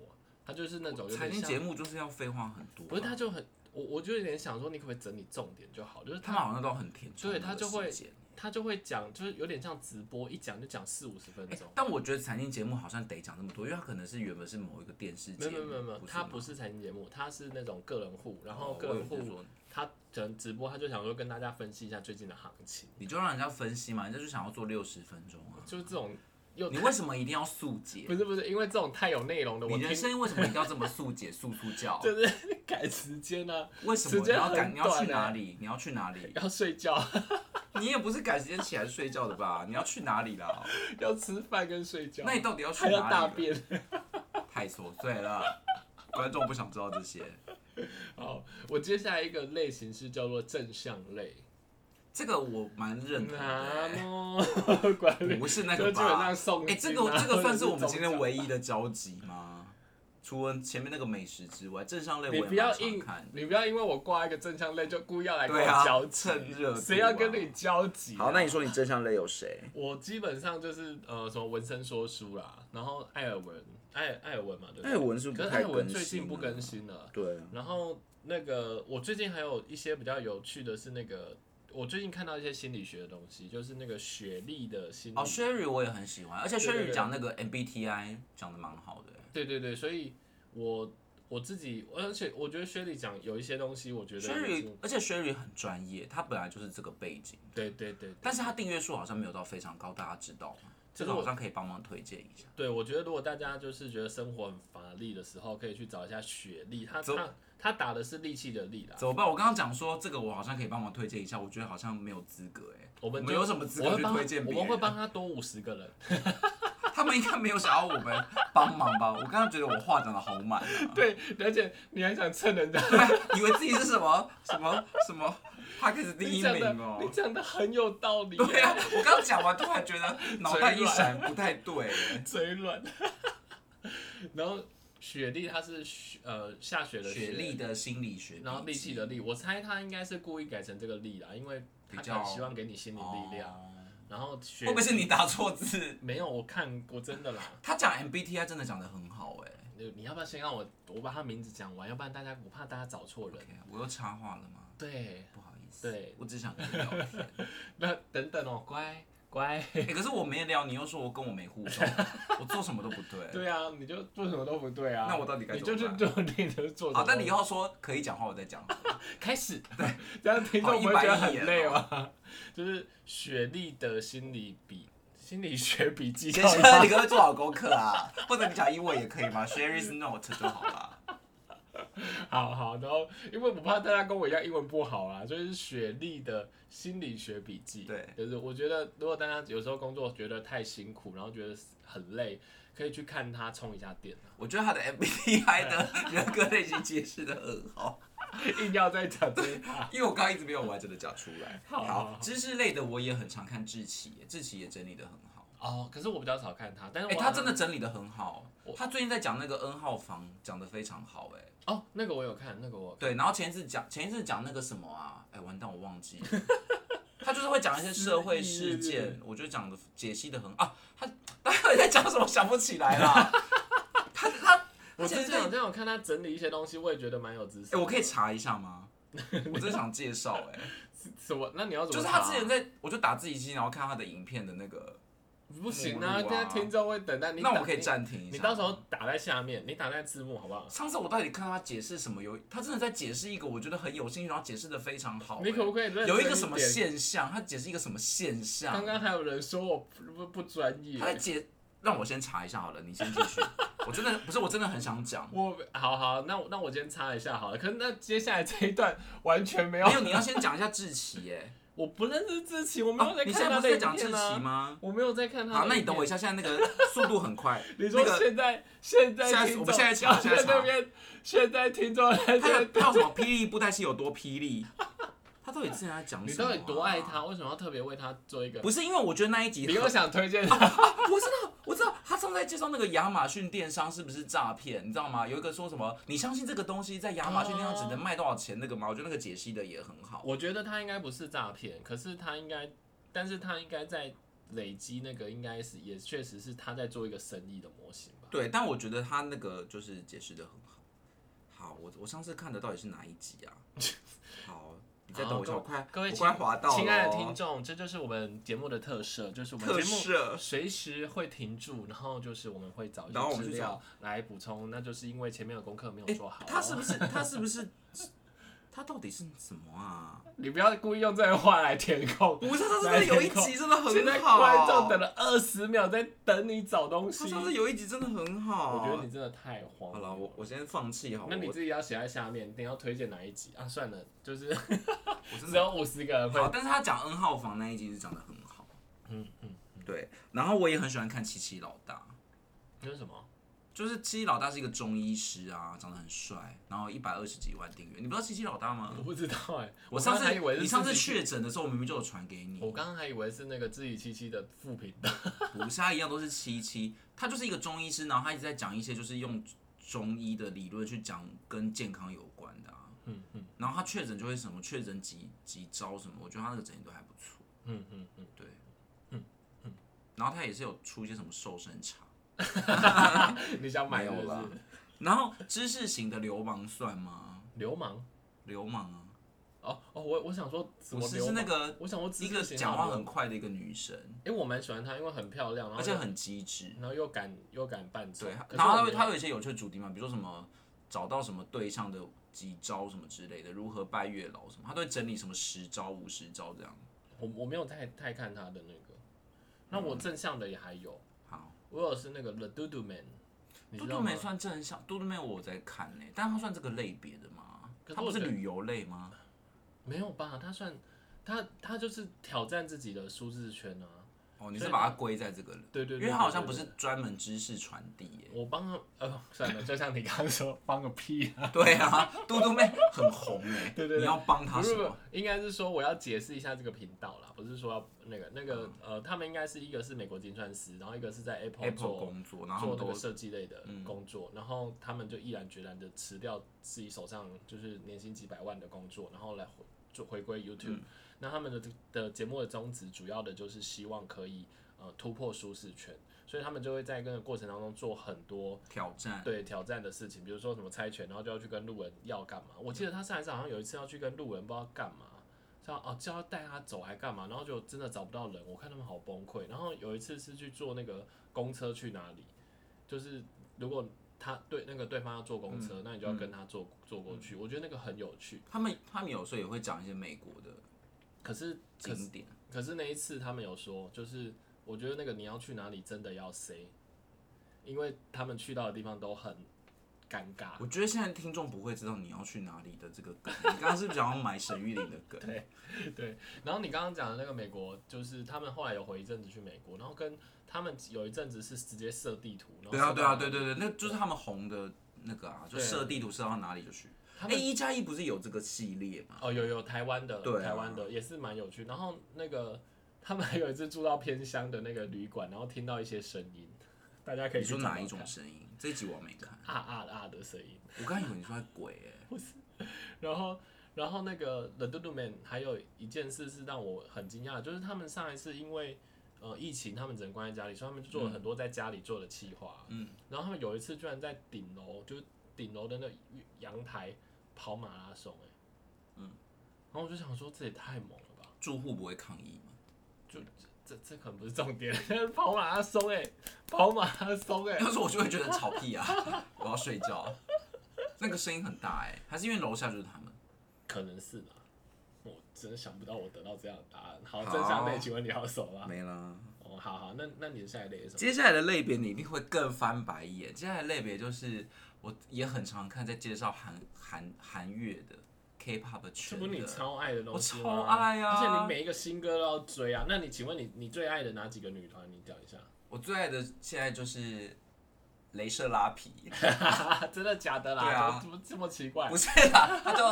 [SPEAKER 3] 他就是那种有
[SPEAKER 1] 财
[SPEAKER 3] 点
[SPEAKER 1] 经节
[SPEAKER 3] 像，
[SPEAKER 1] 目就是要废话很多啊。
[SPEAKER 3] 不是他就很我我就有点想说，你可不可以整理重点就好，就是
[SPEAKER 1] 他
[SPEAKER 3] 他
[SPEAKER 1] 们好像都很填充
[SPEAKER 3] 对
[SPEAKER 1] 那
[SPEAKER 3] 他
[SPEAKER 1] 个
[SPEAKER 3] 就
[SPEAKER 1] 时
[SPEAKER 3] 会
[SPEAKER 1] 间
[SPEAKER 3] 他就会讲，就是有点像直播，一讲就讲四五十分
[SPEAKER 1] 欸
[SPEAKER 3] 钟。
[SPEAKER 1] 但我觉得财经节目好像得讲那么多，因为它可能是原本是某一个电视
[SPEAKER 3] 没
[SPEAKER 1] 节
[SPEAKER 3] 有
[SPEAKER 1] 目，
[SPEAKER 3] 没有没有没有，他
[SPEAKER 1] 吗
[SPEAKER 3] 不是财经节目，他是那种个人户，然后
[SPEAKER 1] 哦
[SPEAKER 3] 个人
[SPEAKER 1] 我以为是
[SPEAKER 3] 户
[SPEAKER 1] 说
[SPEAKER 3] 他可能直播，他就想说跟大家分析一下最近的行情，
[SPEAKER 1] 你就让人家分析嘛，人家就想要做六十分钟啊。
[SPEAKER 3] 就是这种又
[SPEAKER 1] 你为什么一定要速解
[SPEAKER 3] 不？是不是，因为这种太有内容的，我
[SPEAKER 1] 你
[SPEAKER 3] 听
[SPEAKER 1] 人生为什么一定要这么速解速速叫？
[SPEAKER 3] [LAUGHS] 就是赶时间啊，
[SPEAKER 1] 为什么
[SPEAKER 3] 时
[SPEAKER 1] 你
[SPEAKER 3] 间
[SPEAKER 1] 要赶？
[SPEAKER 3] 很
[SPEAKER 1] 你要去
[SPEAKER 3] 短欸
[SPEAKER 1] 哪里？你要去哪里？
[SPEAKER 3] 要睡觉，
[SPEAKER 1] 你也不是赶时间起来睡觉的吧？你要去哪里
[SPEAKER 3] [LAUGHS]
[SPEAKER 1] 啦？
[SPEAKER 3] 要吃饭跟睡觉，
[SPEAKER 1] 那你到底要去
[SPEAKER 3] 啊还要大
[SPEAKER 1] 哪里了？
[SPEAKER 3] 便。
[SPEAKER 1] 太琐碎了，观众不想知道这些。
[SPEAKER 3] 好，我接下来一个类型是叫做正向类，
[SPEAKER 1] 这个我蛮认
[SPEAKER 3] [LAUGHS]
[SPEAKER 1] 同的
[SPEAKER 3] 南
[SPEAKER 1] 欸、
[SPEAKER 3] 无管理，
[SPEAKER 1] 不是那
[SPEAKER 3] 啊就
[SPEAKER 1] 个
[SPEAKER 3] 基本
[SPEAKER 1] 吧
[SPEAKER 3] 上？送
[SPEAKER 1] 哎、这个
[SPEAKER 3] 经啊
[SPEAKER 1] 这个算是我
[SPEAKER 3] 或
[SPEAKER 1] 们
[SPEAKER 3] 者
[SPEAKER 1] 今
[SPEAKER 3] 是
[SPEAKER 1] 天
[SPEAKER 3] 宗
[SPEAKER 1] 唯一的交集吗？除了前面那个美食之外，正向类我
[SPEAKER 3] 教。你
[SPEAKER 1] 也
[SPEAKER 3] 不要
[SPEAKER 1] 蛮常
[SPEAKER 3] 硬
[SPEAKER 1] 看，的。
[SPEAKER 3] 你不要因为我挂一个正向类就故意要来跟
[SPEAKER 1] 对
[SPEAKER 3] 我
[SPEAKER 1] 啊
[SPEAKER 3] 交，集，
[SPEAKER 1] 趁热度啊
[SPEAKER 3] 谁要跟你交集啊？
[SPEAKER 1] 说你正向类有谁？
[SPEAKER 3] 我基本上就是呃什么文生说书啦，然后艾尔文，艾艾尔文嘛，对不对？
[SPEAKER 1] 哎文是
[SPEAKER 3] 可是艾尔文最近不更新了。
[SPEAKER 1] 对，啊
[SPEAKER 3] 然后那个我最近还有一些比较有趣的是那个，我最近看到一些心理学的东西，就是那个雪莉的心理。
[SPEAKER 1] 哦，Sherry 我也很喜欢，而且
[SPEAKER 3] 嗯对对
[SPEAKER 1] Sherry
[SPEAKER 3] 对
[SPEAKER 1] 讲那个 MBTI 讲的蛮好的欸。
[SPEAKER 3] 对对对，所以我我自己，而且我觉得雪莉讲有一些东西，我觉得已
[SPEAKER 1] Sherry，
[SPEAKER 3] 经
[SPEAKER 1] 而且 Sherry 很专业，他本来就是这个背景，
[SPEAKER 3] 对对对，
[SPEAKER 1] 但是他订阅数好像没有到非常高，大家知道吗？这个好像可以帮忙推荐一下。
[SPEAKER 3] 对我觉得如果大家就是觉得生活很乏力的时候，可以去找一下雪莉，她
[SPEAKER 1] 走
[SPEAKER 3] 她她打的是力气的力啦。
[SPEAKER 1] 怎么办？我刚刚讲说这个，我好像可以帮忙推荐一下，我觉得好像没有资格哎、
[SPEAKER 3] 我们
[SPEAKER 1] 我
[SPEAKER 3] 就
[SPEAKER 1] 们有什么资格
[SPEAKER 3] 我会
[SPEAKER 1] 去
[SPEAKER 3] 帮
[SPEAKER 1] 推荐
[SPEAKER 3] 我
[SPEAKER 1] 别
[SPEAKER 3] 们会
[SPEAKER 1] 人？啊
[SPEAKER 3] 帮他多五十个人。
[SPEAKER 1] 他们应该没有想要我们帮忙吧？我 [LAUGHS] 刚刚觉得我话讲的好满、啊，
[SPEAKER 3] [LAUGHS]
[SPEAKER 1] [LAUGHS]
[SPEAKER 3] 对，而且你还想蹭人家
[SPEAKER 1] 以为自己是什么什么什么 p a c k e s 第
[SPEAKER 3] 你
[SPEAKER 1] 一
[SPEAKER 3] 讲的
[SPEAKER 1] 名哦、
[SPEAKER 3] 你讲的很有道理耶，
[SPEAKER 1] 对啊，我刚讲完突然觉得脑袋一闪，不太对、欸。
[SPEAKER 3] 嘴软。 [LAUGHS] 然后雪莉她是雪呃下雪的
[SPEAKER 1] 雪莉，的心理学，
[SPEAKER 3] 然后力气的力，我猜她应该是故意改成这个力啦，因为她
[SPEAKER 1] 比
[SPEAKER 3] 可
[SPEAKER 1] 较
[SPEAKER 3] 能希望给你心理力量。
[SPEAKER 1] 哦
[SPEAKER 3] 然后雪
[SPEAKER 1] 会不会是你打错字？
[SPEAKER 3] 没有？我看过真的啦。
[SPEAKER 1] 他讲 MBTI 真的讲的很好哎、
[SPEAKER 3] 你你要不要先让我我把他名字讲完，要不然大家我怕大家找错人
[SPEAKER 1] OK，。我又插话了吗？
[SPEAKER 3] 对，
[SPEAKER 1] 不好意思，
[SPEAKER 3] 对
[SPEAKER 1] 我只想跟你
[SPEAKER 3] [LAUGHS]
[SPEAKER 1] 聊天。
[SPEAKER 3] 那等等哦，乖乖。
[SPEAKER 1] 欸可是我没聊，你又说我跟我没互动，我做什么都不对。
[SPEAKER 3] [LAUGHS] 对啊，你就做什么都不对啊。
[SPEAKER 1] 那我到底该
[SPEAKER 3] 你
[SPEAKER 1] 怎么
[SPEAKER 3] 就去
[SPEAKER 1] 办
[SPEAKER 3] 做，你就做什么都不对。
[SPEAKER 1] 好，但你以后说可以讲话，我再讲。
[SPEAKER 3] [LAUGHS] 开始，对， [LAUGHS] 这样听众不会觉得很累
[SPEAKER 1] 哦
[SPEAKER 3] 吗？ [LAUGHS] 就是雪莉的心理笔 [LAUGHS] 心理学笔记
[SPEAKER 1] 先
[SPEAKER 3] 到
[SPEAKER 1] 生
[SPEAKER 3] 底，
[SPEAKER 1] 你可不可以做好功课啊？或者你讲英文也可以吗？Sherry's note 就好了。
[SPEAKER 3] 好好，然后因为我怕大家跟我一样英文不好啊，就是雪莉的心理学笔记。
[SPEAKER 1] 对
[SPEAKER 3] 就是我觉得如果大家有时候工作觉得太辛苦，然后觉得很累，可以去看他充一下电
[SPEAKER 1] [LAUGHS]
[SPEAKER 3] 啊，
[SPEAKER 1] 我觉得他的 MBTI 的人格类型解释的很好，
[SPEAKER 3] 硬要再讲这 [LAUGHS] 一趴。
[SPEAKER 1] 因为我刚刚一直没有完整的讲出来。
[SPEAKER 3] 好
[SPEAKER 1] 好，知识类的我也很常看志奇，志奇也整理的很好。
[SPEAKER 3] 哦，可是我比较少看他，但是
[SPEAKER 1] 哎、
[SPEAKER 3] 我好
[SPEAKER 1] 他
[SPEAKER 3] 像、
[SPEAKER 1] 真的整理的很好
[SPEAKER 3] 我。
[SPEAKER 1] 他最近在讲那个 N 号房，讲的非常好、哎，
[SPEAKER 3] 哦，那个我有看，那个我有看
[SPEAKER 1] 对。然后前一次讲，前一次讲那个什么啊，哎、完蛋，我忘记了。他就是会讲一些社会事
[SPEAKER 3] 失忆对不
[SPEAKER 1] 件，我觉得讲的解析的很啊。他他到底在讲什么？想不起来啦。他他
[SPEAKER 3] 我之
[SPEAKER 1] 前
[SPEAKER 3] 前
[SPEAKER 1] 在
[SPEAKER 3] 好像有看他整理一些东西，我也觉得蛮有知识。
[SPEAKER 1] 哎、我可以查一下吗？我真想介绍
[SPEAKER 3] [LAUGHS]
[SPEAKER 1] 哎、
[SPEAKER 3] 什么？那你要怎
[SPEAKER 1] 就
[SPEAKER 3] 么
[SPEAKER 1] 是
[SPEAKER 3] 查啊、
[SPEAKER 1] 他之前在，我就打字机，然后看他的影片的那个，
[SPEAKER 3] 不行
[SPEAKER 1] 目
[SPEAKER 3] 啊，
[SPEAKER 1] 录啊
[SPEAKER 3] 现在听众会等待你打。
[SPEAKER 1] 那我们可以暂停一
[SPEAKER 3] 你，
[SPEAKER 1] 下。
[SPEAKER 3] 你到时候打在下面，你打在字幕好不好？
[SPEAKER 1] 上次我到底看到他解释什么有，他真的在解释一个我觉得很有兴趣，然后解释的非常好、
[SPEAKER 3] 你可不
[SPEAKER 1] 以
[SPEAKER 3] 可以认真
[SPEAKER 1] 有一个什么
[SPEAKER 3] 点？
[SPEAKER 1] 现象？他解释一个什么现象？
[SPEAKER 3] 刚刚还有人说我不不不专业
[SPEAKER 1] 他，在解，让我先查一下好了，你先继
[SPEAKER 3] [LAUGHS]
[SPEAKER 1] 续。我真的不是，我真的很想讲。
[SPEAKER 3] 我好好，那我那我先插一下好了。可是那接下来这一段完全没有，
[SPEAKER 1] 没有，你要先讲一下志奇哎、
[SPEAKER 3] 我不认识志奇，我没
[SPEAKER 1] 哦
[SPEAKER 3] 有在
[SPEAKER 1] 你现在
[SPEAKER 3] 看他
[SPEAKER 1] 不
[SPEAKER 3] 的
[SPEAKER 1] 是在
[SPEAKER 3] 影
[SPEAKER 1] 讲志
[SPEAKER 3] 片
[SPEAKER 1] 奇
[SPEAKER 3] 啊，
[SPEAKER 1] 吗？
[SPEAKER 3] 我没有在看他。。
[SPEAKER 1] 好，那你等我一。下，现在那个速度很快
[SPEAKER 3] [LAUGHS] 你说
[SPEAKER 1] 那个
[SPEAKER 3] 现在现在
[SPEAKER 1] 现在
[SPEAKER 3] 听众
[SPEAKER 1] 我们现在抢
[SPEAKER 3] 要
[SPEAKER 1] 现在
[SPEAKER 3] [LAUGHS] 在
[SPEAKER 1] 抢
[SPEAKER 3] 那边，现在听众在
[SPEAKER 1] 啊他
[SPEAKER 3] 这
[SPEAKER 1] 的
[SPEAKER 3] 边。
[SPEAKER 1] 他有什么霹雳布袋戏有多霹雳？他到底之前在讲
[SPEAKER 3] [LAUGHS] 你
[SPEAKER 1] 什么、啊
[SPEAKER 3] 到底多爱他？？为什么要特别为他做一个？
[SPEAKER 1] 不是因为我觉得那一集啊
[SPEAKER 3] 你
[SPEAKER 1] 很
[SPEAKER 3] 又想推
[SPEAKER 1] [LAUGHS]
[SPEAKER 3] 荐他？
[SPEAKER 1] 我知道，我知道，他上次在介绍那个亚马逊电商是不是诈骗，你知道吗？有一个说什么，你相信这个东西在亚马逊电商只能卖多少钱那个
[SPEAKER 3] 哦
[SPEAKER 1] 吗？我觉得那个解析的也很好。
[SPEAKER 3] 我觉得他应该不是诈 [LAUGHS] 骗，可是他应该，但是他应该在累积那个，应该是也确实是他在做一个生意的模型吧。
[SPEAKER 1] 对，但我觉得他那个就是解释的很好。好，我我上次看的到底是哪一集
[SPEAKER 3] [LAUGHS]
[SPEAKER 1] 啊？好，你再等我一下，
[SPEAKER 3] 好
[SPEAKER 1] 我快
[SPEAKER 3] 各位
[SPEAKER 1] 我
[SPEAKER 3] 亲
[SPEAKER 1] 快滑到了哦
[SPEAKER 3] 亲爱的听众，这就是我们节目的特色，就是我们
[SPEAKER 1] 特
[SPEAKER 3] 节目
[SPEAKER 1] 色
[SPEAKER 3] 随时会停住，然后就是我们会找一
[SPEAKER 1] 然后
[SPEAKER 3] 些
[SPEAKER 1] 我们
[SPEAKER 3] 资
[SPEAKER 1] 去
[SPEAKER 3] 料来补充，那就是因为前面的功课没有做好。
[SPEAKER 1] 他是不是他是不是他到底是什么
[SPEAKER 3] [LAUGHS]
[SPEAKER 1] 啊？
[SPEAKER 3] 你不要故意用这个话来填空，
[SPEAKER 1] 不是，他真的有一集真的很
[SPEAKER 3] 现在
[SPEAKER 1] 好，
[SPEAKER 3] 观众等了二十秒在等你找东
[SPEAKER 1] 他
[SPEAKER 3] 西。
[SPEAKER 1] 上次有一集真的很好。
[SPEAKER 3] 我觉得你真的太荒
[SPEAKER 1] 好
[SPEAKER 3] 谬
[SPEAKER 1] 了，我我先放弃好了。
[SPEAKER 3] 哦那你
[SPEAKER 1] 我
[SPEAKER 3] 自己要写在下面，你要推荐哪一集啊？算了，就是
[SPEAKER 1] 我真
[SPEAKER 3] 只
[SPEAKER 1] 的
[SPEAKER 3] 有五十个人
[SPEAKER 1] 好，
[SPEAKER 3] 会。
[SPEAKER 1] 但是他讲 N 号房那一集是讲的很好，
[SPEAKER 3] 嗯嗯，
[SPEAKER 1] 对。然后我也很喜欢看七七老大，
[SPEAKER 3] 那是什么？
[SPEAKER 1] 就是七七老大是一个中医师啊，长得很帅，然后一百二十几万订阅。你不知道七七老大吗
[SPEAKER 3] 我？不知道哎、
[SPEAKER 1] 我
[SPEAKER 3] 刚
[SPEAKER 1] 上
[SPEAKER 3] 刚
[SPEAKER 1] 次
[SPEAKER 3] 还以为是
[SPEAKER 1] 你上次
[SPEAKER 3] 自己
[SPEAKER 1] 确诊的时候，我明明就有传给你。
[SPEAKER 3] 我刚刚还以为是那个自己七七的副频道，
[SPEAKER 1] 不是，他一样都是七七，他就是一个中医师，然后他一直在讲一些就是用中医的理论去讲跟健康有关的啊。
[SPEAKER 3] 嗯嗯
[SPEAKER 1] 然后他确诊就会什么确诊几几招什么，我觉得他那个整体都还不错。
[SPEAKER 3] 嗯嗯嗯，
[SPEAKER 1] 对，嗯嗯，然后他也是有出一些什么瘦身茶。
[SPEAKER 3] [LAUGHS] 你想买
[SPEAKER 1] 没
[SPEAKER 3] 是
[SPEAKER 1] 有
[SPEAKER 3] 不
[SPEAKER 1] 啦
[SPEAKER 3] 是？
[SPEAKER 1] 然后知识型的流氓算吗？
[SPEAKER 3] 流氓？
[SPEAKER 1] 流氓啊，
[SPEAKER 3] 哦哦，我我想说什
[SPEAKER 1] 不
[SPEAKER 3] 么
[SPEAKER 1] 是
[SPEAKER 3] 流
[SPEAKER 1] 是
[SPEAKER 3] 氓？
[SPEAKER 1] 那个
[SPEAKER 3] 我想说
[SPEAKER 1] 一个讲话很，快的一个女生，
[SPEAKER 3] 因为我蛮喜欢她，因为很漂亮，然后
[SPEAKER 1] 而且
[SPEAKER 3] 又
[SPEAKER 1] 很机智。
[SPEAKER 3] 然后又敢又敢扮丑
[SPEAKER 1] 对，
[SPEAKER 3] 哦可是
[SPEAKER 1] 然后
[SPEAKER 3] 我
[SPEAKER 1] 她
[SPEAKER 3] 没
[SPEAKER 1] 会
[SPEAKER 3] 有
[SPEAKER 1] 她有一些有趣的主题嘛，比如说什么找到什么对象的几招什么之类的，如何拜月老什么，她都会整理什么十招五十招这样。
[SPEAKER 3] 我我没有太太看她的那个，那
[SPEAKER 1] 嗯
[SPEAKER 3] 我正向的也还有，
[SPEAKER 1] 好，
[SPEAKER 3] 我有是那个 The Doodoo Man，你
[SPEAKER 1] 嘟
[SPEAKER 3] 知
[SPEAKER 1] 嘟
[SPEAKER 3] 道吗
[SPEAKER 1] 妹？算正向，嘟嘟妹我有在看呢、但她算这个类别的吗？
[SPEAKER 3] 可是
[SPEAKER 1] 她
[SPEAKER 3] 我
[SPEAKER 1] 不是
[SPEAKER 3] 觉得
[SPEAKER 1] 旅游类吗？
[SPEAKER 3] 没有吧？他算他他就是挑战自己的舒适圈啊。
[SPEAKER 1] 哦，你
[SPEAKER 3] 所
[SPEAKER 1] 是
[SPEAKER 3] 以
[SPEAKER 1] 把
[SPEAKER 3] 她
[SPEAKER 1] 它归在这个类，
[SPEAKER 3] 对对
[SPEAKER 1] 因
[SPEAKER 3] 对
[SPEAKER 1] 为她好像不
[SPEAKER 3] 对
[SPEAKER 1] 是专门知识传递耶。
[SPEAKER 3] 我帮他，呃，算了，就像你刚刚说，帮个屁啊！
[SPEAKER 1] [LAUGHS] 对啊，嘟嘟妹很红哎，
[SPEAKER 3] [LAUGHS] 对对对
[SPEAKER 1] 你要帮她
[SPEAKER 3] 不
[SPEAKER 1] 什
[SPEAKER 3] 是不是
[SPEAKER 1] 么？，
[SPEAKER 3] 应该是说我要解释一下这个频道啦，不是说要那个那
[SPEAKER 1] 嗯
[SPEAKER 3] 个呃，他们应该是一个是美国精算师，然后一个是在 Apple
[SPEAKER 1] Apple
[SPEAKER 3] 做
[SPEAKER 1] 工作，然后嗯他
[SPEAKER 3] 做
[SPEAKER 1] 们
[SPEAKER 3] 那个
[SPEAKER 1] 都
[SPEAKER 3] 设计类的工作，然后他们就毅然决然的辞掉自己手上就是年薪几百万的工作，然后来回就回归
[SPEAKER 1] 嗯
[SPEAKER 3] YouTube。那他们的的节目的宗旨主要的就是希望可以呃突破舒适圈，所以他们就会在那个过程当中做很多
[SPEAKER 1] 挑战，
[SPEAKER 3] 对挑战的事情，比如说什么猜拳，然后就要去跟路人要干嘛。我记得他上一次好像有一次要去跟路人不知道干嘛。叫哦，叫他带他走还干嘛？然后就真的找不到人，我看他们好崩溃。然后有一次是去坐那个公车去哪里，就是如果他对那个对方要坐公车，那你就要跟他坐、坐过去。我觉得那个很有趣。
[SPEAKER 1] 他们他们有时候也会讲一些美国的啊
[SPEAKER 3] 可是可是
[SPEAKER 1] 景点，
[SPEAKER 3] 可是那一次他们有说，就是我觉得那个你要去哪里真的要 say，因为他们去到的地方都很尴尬。
[SPEAKER 1] 我觉得现在听众不会知道你要去哪里的这个梗。你刚刚是不是想要买沈玉琳的梗？
[SPEAKER 3] [LAUGHS] 对对，然后你刚刚讲的那个美国，就是他们后来有回一阵子去美国，然后跟他们有一阵子是直接设地图。然后
[SPEAKER 1] 对啊，
[SPEAKER 3] 设
[SPEAKER 1] 对啊，
[SPEAKER 3] 到
[SPEAKER 1] 对对对，那就是他们红的那个啊，就
[SPEAKER 3] 对
[SPEAKER 1] 设地图设到哪里就去。
[SPEAKER 3] 他
[SPEAKER 1] 哎，
[SPEAKER 3] 们
[SPEAKER 1] 一加一不是有这个系列吗？
[SPEAKER 3] 哦，有有台湾的，
[SPEAKER 1] 对啊
[SPEAKER 3] 台湾的也是蛮有趣。然后那个他们还有一次住到偏乡的那个旅馆，然后听到一些声音，大家可以
[SPEAKER 1] 你
[SPEAKER 3] 去
[SPEAKER 1] 说
[SPEAKER 3] 找
[SPEAKER 1] 哪
[SPEAKER 3] 找
[SPEAKER 1] 一种
[SPEAKER 3] 看
[SPEAKER 1] 声音？这一集我没看，
[SPEAKER 3] 啊啊啊的声音。
[SPEAKER 1] 我刚以为你说在鬼哎、
[SPEAKER 3] 然后然后那个 The d o d o Man 还有一件事是让我很惊讶的，就是他们上一次因为呃疫情，他们只能关在家里，所以他们就做了很多在家里做的企划。
[SPEAKER 1] 嗯，
[SPEAKER 3] 然后他们有一次居然在顶楼，就是顶楼的那个阳台跑马拉松、欸，
[SPEAKER 1] 嗯，
[SPEAKER 3] 然后我就想说这也太猛了吧。
[SPEAKER 1] 住户不会抗议吗？
[SPEAKER 3] 就这这可能不是重点， [LAUGHS] 跑马拉松哎、跑马拉
[SPEAKER 1] [LAUGHS]
[SPEAKER 3] 松哎、
[SPEAKER 1] 要是我就会觉得吵屁啊，我要睡觉。那个声音很大哎、还是因为楼下就是他们。
[SPEAKER 3] 可能是吧。我真的想不到我得到这样的答案。好，
[SPEAKER 1] 好
[SPEAKER 3] 正向类，请问你要什么啊？
[SPEAKER 1] 没啦。
[SPEAKER 3] 哦，好好，那那你的下一类是什么？
[SPEAKER 1] 接下来的类别你一定会更翻白眼。接下来的类别就是我也很常看在介绍韩韩韩乐的 K-pop
[SPEAKER 3] 是
[SPEAKER 1] 圈
[SPEAKER 3] 不是你
[SPEAKER 1] 的，
[SPEAKER 3] 超爱的东西吗
[SPEAKER 1] 我超爱啊
[SPEAKER 3] 而且你每一个新歌都要追啊。那你请问你你最爱的哪几个女团？你讲一下。
[SPEAKER 1] 我最爱的现在就是镭射拉
[SPEAKER 3] [LAUGHS]
[SPEAKER 1] 皮，
[SPEAKER 3] [LAUGHS] 真的假的啦？
[SPEAKER 1] 对啊
[SPEAKER 3] 怎么怎么这么奇怪
[SPEAKER 1] 不？是啦，它叫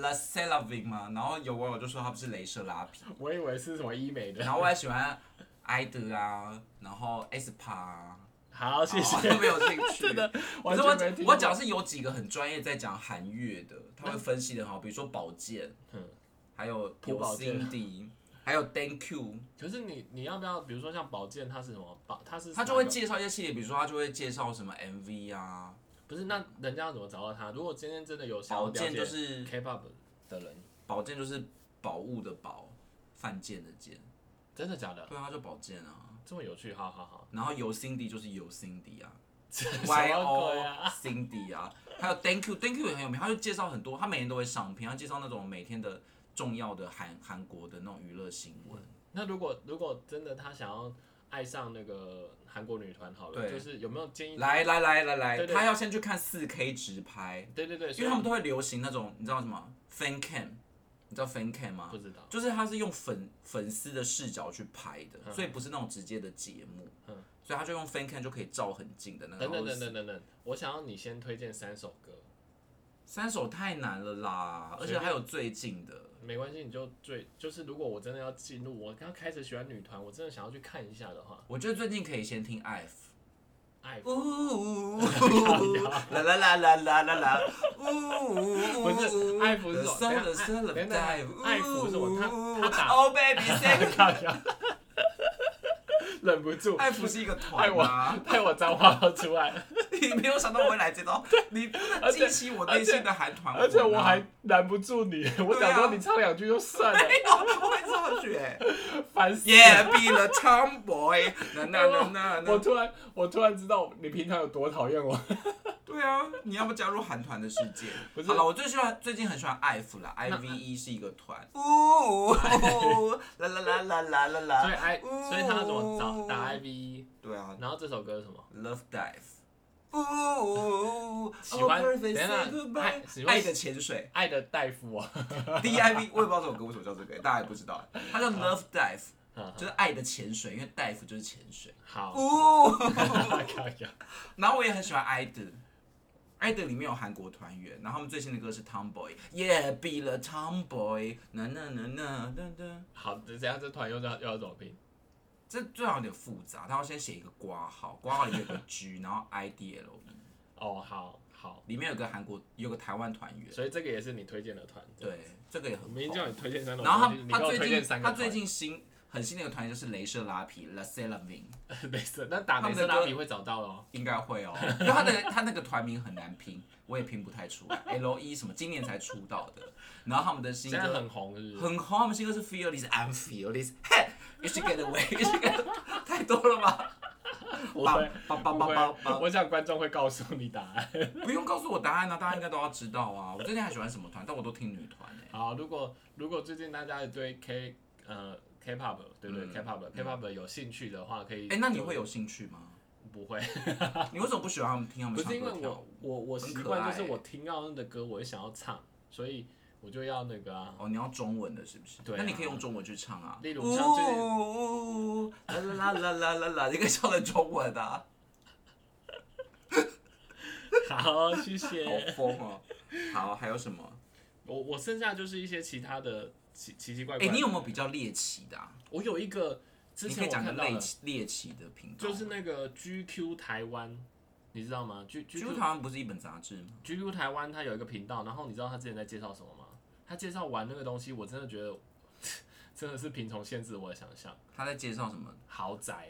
[SPEAKER 1] La c e l a v i n 嘛。然后有网友就说它不是镭射拉皮，
[SPEAKER 3] 我以为是什么医美的
[SPEAKER 1] 然。后我还喜欢艾德啊，然后 S p a 啊，
[SPEAKER 3] 好，谢
[SPEAKER 1] 哦
[SPEAKER 3] 谢。
[SPEAKER 1] 都没有兴趣。
[SPEAKER 3] 真的，
[SPEAKER 1] 可
[SPEAKER 3] 完
[SPEAKER 1] 是
[SPEAKER 3] 全没
[SPEAKER 1] 我
[SPEAKER 3] 听过
[SPEAKER 1] 我讲是有几个很专业在讲韩乐的，他会分析的好，比如说宝剑，
[SPEAKER 3] 嗯
[SPEAKER 1] 还有
[SPEAKER 3] 朴
[SPEAKER 1] 有
[SPEAKER 3] 宝剑
[SPEAKER 1] Cindy，还有 Thank You，
[SPEAKER 3] 可是你你要不要，比如说像宝剑，它是什么？宝它是
[SPEAKER 1] 他就会
[SPEAKER 3] 哪个
[SPEAKER 1] 介绍一些系列，比如说他就会介绍什么 MV 啊，
[SPEAKER 3] 不是，那人家要怎么找到他？如果今天真的有想要
[SPEAKER 1] 宝
[SPEAKER 3] 了解
[SPEAKER 1] 剑就是
[SPEAKER 3] K-pop 的人，
[SPEAKER 1] 宝剑就是宝物的宝，犯贱的贱，
[SPEAKER 3] 真的假的？
[SPEAKER 1] 对啊，他就宝剑啊。
[SPEAKER 3] 这么有趣，好好好。
[SPEAKER 1] 然后有 Cindy 就是有 Cindy 啊
[SPEAKER 3] [LAUGHS] 什
[SPEAKER 1] ，Y
[SPEAKER 3] 么
[SPEAKER 1] O
[SPEAKER 3] 鬼啊？
[SPEAKER 1] Cindy 啊，还有 Thank You，Thank You 也很有名，他就介绍很多，他每天都会上片，他介绍那种每天的重要的韩韩国的那种娱乐新闻。
[SPEAKER 3] 那如果如果真的他想要爱上那个韩国女团，好了，
[SPEAKER 1] 对
[SPEAKER 3] 就是有没有建议？
[SPEAKER 1] 来来来来来，
[SPEAKER 3] 对对
[SPEAKER 1] 他要先去看四 K 直拍，
[SPEAKER 3] 对对对，
[SPEAKER 1] 因为他们都会流行那种你知道什么 fan cam，你知道 fan cam 吗
[SPEAKER 3] 不？知道。
[SPEAKER 1] 就是他是用粉粉丝的视角去拍的，
[SPEAKER 3] 嗯
[SPEAKER 1] 所以不是那种直接的节目，
[SPEAKER 3] 嗯
[SPEAKER 1] 所以他就用 fan cam 就可以照很近的那个。哦
[SPEAKER 3] 等等
[SPEAKER 1] 然后
[SPEAKER 3] 等等等等，我想要你先推荐三首歌，
[SPEAKER 1] 三首太难了啦，而
[SPEAKER 3] 随便
[SPEAKER 1] 且还有最近的，
[SPEAKER 3] 没关系，你就最就是如果我真的要进入，我刚开始喜欢女团，我真的想要去看一下的话，
[SPEAKER 1] 我觉得最近可以先听 F。
[SPEAKER 3] 爱
[SPEAKER 1] 呜呜
[SPEAKER 3] [LAUGHS]
[SPEAKER 1] 呜呜啦啦啦啦啦啦啦，呜呜
[SPEAKER 3] 不是爱抚是
[SPEAKER 1] 的
[SPEAKER 3] 什么
[SPEAKER 1] 生了生了
[SPEAKER 3] 等一下爱
[SPEAKER 1] ，dive，
[SPEAKER 3] 爱抚是什么他他打
[SPEAKER 1] Oh baby sexy，
[SPEAKER 3] 大家 [LAUGHS] 忍不住
[SPEAKER 1] 爱抚是一个
[SPEAKER 3] 害
[SPEAKER 1] 团
[SPEAKER 3] 我
[SPEAKER 1] 啊，
[SPEAKER 3] 害我脏话要出
[SPEAKER 1] [LAUGHS]
[SPEAKER 3] 来了，
[SPEAKER 1] 你没有想到我会来这招，你真的激起我内心的韩团魂啊，
[SPEAKER 3] 而且我还拦不住你，我
[SPEAKER 1] 啊
[SPEAKER 3] 想说你唱两句就算了， [LAUGHS]
[SPEAKER 1] 没有不会哎上学
[SPEAKER 3] 烦死了。
[SPEAKER 1] 哎，Yeah be the tomboy，那那那那
[SPEAKER 3] 我
[SPEAKER 1] 那，
[SPEAKER 3] 突然我突然知道你平常有多讨厌我。
[SPEAKER 1] 对啊，你要不加入韩团的世界？
[SPEAKER 3] [LAUGHS] 不是
[SPEAKER 1] 好了，我最喜欢最近很喜欢 IVE 啦
[SPEAKER 3] 那
[SPEAKER 1] ，IVE E 是一个
[SPEAKER 3] [LAUGHS]
[SPEAKER 1] 团，呜 [LAUGHS] 呜啦啦啦啦啦啦啦，
[SPEAKER 3] 所以 I
[SPEAKER 1] 呜
[SPEAKER 3] 所以他
[SPEAKER 1] 嗯
[SPEAKER 3] 怎么找打 I V，
[SPEAKER 1] 对啊
[SPEAKER 3] 然后这首歌是什么？
[SPEAKER 1] ，Love Dive。呜，
[SPEAKER 3] 喜欢
[SPEAKER 1] Oh, perfect,
[SPEAKER 3] 等一下
[SPEAKER 1] say goodbye
[SPEAKER 3] 爱喜欢
[SPEAKER 1] 爱的潜水
[SPEAKER 3] 爱的大夫啊， [LAUGHS]
[SPEAKER 1] D I V，我也不知道这首歌为什么叫这个，大家也不知道，它叫 Love Dive，
[SPEAKER 3] 嗯
[SPEAKER 1] 就是爱的潜水，因为 dive 就是潜水。
[SPEAKER 3] 好，
[SPEAKER 1] 呜，
[SPEAKER 3] [LAUGHS]
[SPEAKER 1] [LAUGHS]
[SPEAKER 3] 靠腰
[SPEAKER 1] 然后我也很喜欢 i d o i d o 里面有韩国团员，然后他们最新的歌是 Tomboy，Yeah be the Tomboy，呐呐呐呐呐呐。
[SPEAKER 3] 好，等一下这团又要又要怎么拼？
[SPEAKER 1] 这最好有点复杂，他要先写一个挂号，挂号里面有个
[SPEAKER 3] [LAUGHS]
[SPEAKER 1] G，然后 I D L E，
[SPEAKER 3] 哦，好好，
[SPEAKER 1] 里面有个韩国有个台湾团员，
[SPEAKER 3] 所以这个也是你推荐的团，
[SPEAKER 1] 对，这个也很
[SPEAKER 3] 我明明
[SPEAKER 1] 红。
[SPEAKER 3] 叫你推荐三首歌，
[SPEAKER 1] 然后
[SPEAKER 3] 你
[SPEAKER 1] 他
[SPEAKER 3] 给
[SPEAKER 1] 他
[SPEAKER 3] 我推
[SPEAKER 1] 最
[SPEAKER 3] 荐
[SPEAKER 1] 近
[SPEAKER 3] 三个
[SPEAKER 1] 他
[SPEAKER 3] 团，
[SPEAKER 1] 最近新很新的一个团员就是镭射拉皮 La c e l a v i n
[SPEAKER 3] [LAUGHS] 没事，那打
[SPEAKER 1] 他
[SPEAKER 3] 没
[SPEAKER 1] 们
[SPEAKER 3] 事
[SPEAKER 1] 的
[SPEAKER 3] 拉
[SPEAKER 1] 歌
[SPEAKER 3] 比会找到咯。
[SPEAKER 1] 应该会哦，因为他的他那个团名很难拼，我也拼不太出来。L E 什么，今年才出道的。然后他们的新
[SPEAKER 3] 现在
[SPEAKER 1] 歌
[SPEAKER 3] 很红是不是？
[SPEAKER 1] 很红，他们新歌是 Fearless，I'm Fearless，嘿，You [LAUGHS] should get away，You should get，太 [LAUGHS] 多了吧？
[SPEAKER 3] [LAUGHS] 我会
[SPEAKER 1] 棒棒棒
[SPEAKER 3] 不会
[SPEAKER 1] 棒棒
[SPEAKER 3] 我想观众会告诉你答案。 [LAUGHS]
[SPEAKER 1] 不用告诉我答案啊，大家应该都要知道啊。我最近还喜欢什么团，但我都听女团哎、
[SPEAKER 3] 好，如果如果最近大家对 K 呃 K-pop 对不对
[SPEAKER 1] 嗯
[SPEAKER 3] ？K-pop K-pop 有兴趣的话，可以。
[SPEAKER 1] 哎、那你会有兴趣吗？
[SPEAKER 3] 不会，
[SPEAKER 1] 你为什么不喜欢他们听他
[SPEAKER 3] 不
[SPEAKER 1] 们
[SPEAKER 3] 是
[SPEAKER 1] 唱
[SPEAKER 3] 因为
[SPEAKER 1] 歌跳
[SPEAKER 3] 我
[SPEAKER 1] 舞？
[SPEAKER 3] 我我
[SPEAKER 1] 很
[SPEAKER 3] 习
[SPEAKER 1] 可
[SPEAKER 3] 惯
[SPEAKER 1] 爱
[SPEAKER 3] 就是
[SPEAKER 1] 欸
[SPEAKER 3] 我听奥恩的歌，我会想要唱，所以我就要那个啊，
[SPEAKER 1] 哦，你要中文的是不是？
[SPEAKER 3] 对啊
[SPEAKER 1] 那你可以用中文去唱啊。
[SPEAKER 3] 例如像最近
[SPEAKER 1] 呜啦啦啦啦啦啦，你可以唱成中文
[SPEAKER 3] [LAUGHS]
[SPEAKER 1] 啊，
[SPEAKER 3] 好，谢
[SPEAKER 1] 好
[SPEAKER 3] 谢。
[SPEAKER 1] 疯哦。好，还有什
[SPEAKER 3] [LAUGHS]
[SPEAKER 1] 么？
[SPEAKER 3] 我我剩下就是一些其他的奇奇奇怪怪。
[SPEAKER 1] 哎，你有没有？比较猎奇的啊？
[SPEAKER 3] 我有一个之
[SPEAKER 1] 你可
[SPEAKER 3] 前
[SPEAKER 1] 以
[SPEAKER 3] 我
[SPEAKER 1] 讲个
[SPEAKER 3] 看到
[SPEAKER 1] 猎
[SPEAKER 3] 的，
[SPEAKER 1] 奇猎奇的频道吗。
[SPEAKER 3] 就是那个 GQ 台湾，你知道吗？G
[SPEAKER 1] 《Q
[SPEAKER 3] GQ
[SPEAKER 1] 台湾》不是一本杂志吗？
[SPEAKER 3] GQ 台湾它有一个频道，然后你知道他之前在介绍什么吗？他介绍完那个东西，我真的觉得 [LAUGHS] 真的是贫穷限制我的想象。
[SPEAKER 1] 他在介绍什么？
[SPEAKER 3] 豪宅，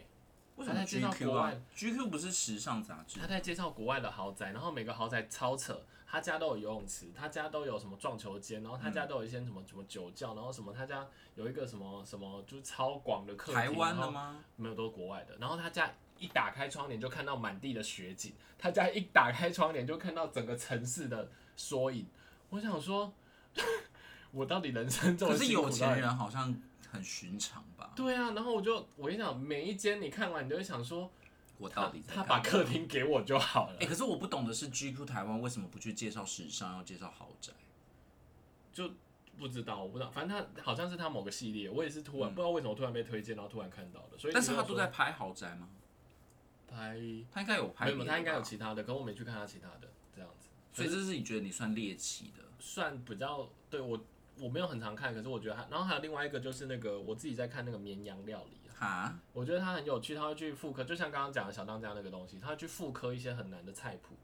[SPEAKER 1] 为什么
[SPEAKER 3] 他在介绍
[SPEAKER 1] GQ
[SPEAKER 3] 国
[SPEAKER 1] 啊
[SPEAKER 3] 外
[SPEAKER 1] ？GQ 不是时尚杂志
[SPEAKER 3] 他？在介绍国外的豪宅，然后每个豪宅超扯，他家都有游泳池，他家都有什么撞球间，
[SPEAKER 1] 嗯
[SPEAKER 3] 然后他家都有一些什么什么酒窖，然后什么他家有一个什么什么就是超广的客厅，哦
[SPEAKER 1] 台湾
[SPEAKER 3] 然
[SPEAKER 1] 的
[SPEAKER 3] 后
[SPEAKER 1] 吗？
[SPEAKER 3] 没有，都是国外的。然后他家一打开窗帘就看到满地的雪景，他家一打开窗帘就看到整个城市的缩影。我想说， [LAUGHS] 我到底人生这么
[SPEAKER 1] 可是
[SPEAKER 3] 辛苦
[SPEAKER 1] 有
[SPEAKER 3] 到
[SPEAKER 1] 钱
[SPEAKER 3] 底
[SPEAKER 1] 人啊好像很寻常吧？
[SPEAKER 3] 对啊，然后我就我跟你讲，每一间你看完，你就会想说，
[SPEAKER 1] 我
[SPEAKER 3] 他
[SPEAKER 1] 到底在
[SPEAKER 3] 他
[SPEAKER 1] 干
[SPEAKER 3] 把
[SPEAKER 1] 嘛
[SPEAKER 3] 客厅给我就好了
[SPEAKER 1] 哎、。可是我不懂的是，GQ 台湾为什么不去介绍时尚，要介绍豪宅？
[SPEAKER 3] 就不知道，我不知道，反正他好像是他某个系列，我也是突然、不知道为什么突然被推荐，然后突然看到的，所以
[SPEAKER 1] 嗯但是
[SPEAKER 3] 你
[SPEAKER 1] 他
[SPEAKER 3] 要
[SPEAKER 1] 都
[SPEAKER 3] 说
[SPEAKER 1] 在拍豪宅吗？
[SPEAKER 3] 拍，没
[SPEAKER 1] 他应该有拍别
[SPEAKER 3] 有
[SPEAKER 1] 的吧，
[SPEAKER 3] 他应该有其他的，可我没去看他其他的这样子，
[SPEAKER 1] 所以这是你觉得你算猎奇的？
[SPEAKER 3] 算比较对我我没有很常看，可是我觉得他，然后还有另外一个就是那个我自己在看那个绵羊料理啊，
[SPEAKER 1] 哈，
[SPEAKER 3] 我觉得他很有趣，他会去复刻，就像刚刚讲的小当家那个东西，他会去复刻一些很难的菜谱。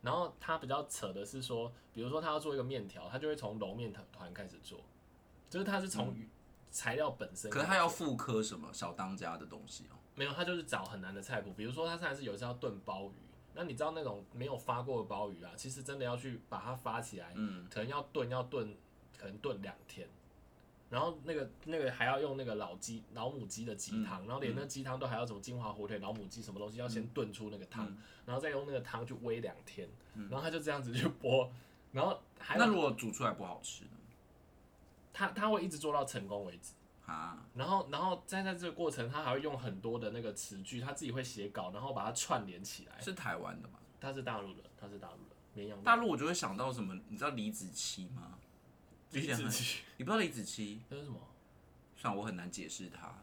[SPEAKER 3] 然后他比较扯的是说，比如说他要做一个面条，他就会从揉面团团开始做，就是他是从材料本身开始做。
[SPEAKER 1] 可是他要复刻什么小当家的东西哦、
[SPEAKER 3] 没有，他就是找很难的菜谱，比如说他上一次有一次要炖鲍鱼，那你知道那种没有发过的鲍鱼啊，其实真的要去把它发起来，
[SPEAKER 1] 嗯，
[SPEAKER 3] 可能要炖要炖，可能炖两天，然后那个那个还要用那个老鸡老母鸡的鸡
[SPEAKER 1] 嗯
[SPEAKER 3] 汤，然后连那鸡汤都还要什么金华火腿、老母鸡什么东西，要先炖出那个汤，
[SPEAKER 1] 嗯
[SPEAKER 3] 然后再用那个汤去煨两天，然后他就这样子去剥，然后还
[SPEAKER 1] 那
[SPEAKER 3] 有
[SPEAKER 1] 如果煮出来不好吃呢？
[SPEAKER 3] 他他会一直做到成功为止。
[SPEAKER 1] 哈，
[SPEAKER 3] 然后，然后再在这个过程，他还会用很多的那个词句，他自己会写稿，然后把它串联起来。
[SPEAKER 1] 是台湾的吗？
[SPEAKER 3] 他是大陆人，他是大陆人，绵阳
[SPEAKER 1] 大陆我就会想到什么，你知道李子柒吗？
[SPEAKER 3] 李
[SPEAKER 1] 之前
[SPEAKER 3] 子
[SPEAKER 1] 很
[SPEAKER 3] 柒，
[SPEAKER 1] 你不知道李子柒？
[SPEAKER 3] 那是什么？
[SPEAKER 1] 算了，我很难解释他。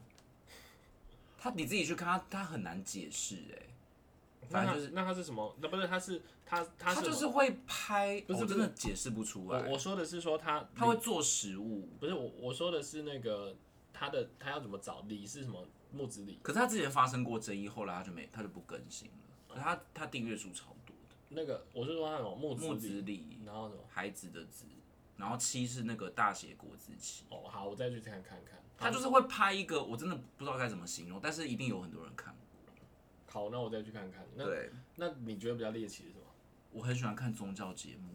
[SPEAKER 1] 他你自己去看他，他很难解释哎、反正
[SPEAKER 3] 那他
[SPEAKER 1] 就是
[SPEAKER 3] 那他是什么？那不是他是他他
[SPEAKER 1] 他
[SPEAKER 3] 是
[SPEAKER 1] 就是
[SPEAKER 3] 什么
[SPEAKER 1] 会拍，哦
[SPEAKER 3] 不是
[SPEAKER 1] 我
[SPEAKER 3] 不
[SPEAKER 1] 真
[SPEAKER 3] 是
[SPEAKER 1] 的解释不出来。
[SPEAKER 3] 我我说的是说他
[SPEAKER 1] 他会做食物，
[SPEAKER 3] 不是我我说的是那个他的他要怎么找李是什么木子李
[SPEAKER 1] 可是他之前发生过争议，后来他就没，他就不更新了。
[SPEAKER 3] 哦
[SPEAKER 1] 可是他他订阅数超多的，
[SPEAKER 3] 那个我是说他什么木子
[SPEAKER 1] 木子
[SPEAKER 3] 李，
[SPEAKER 1] 李
[SPEAKER 3] 然后什么
[SPEAKER 1] 孩子的子，然后七是那个大写国字七。
[SPEAKER 3] 哦好，我再去看看看。
[SPEAKER 1] 他就是会拍一个，我真的不知道该怎么形容，但是一定有很多人看过。
[SPEAKER 3] 好，那我再去看看。那
[SPEAKER 1] 对，
[SPEAKER 3] 那你觉得比较猎奇是什么？
[SPEAKER 1] 我很喜欢看宗教节目、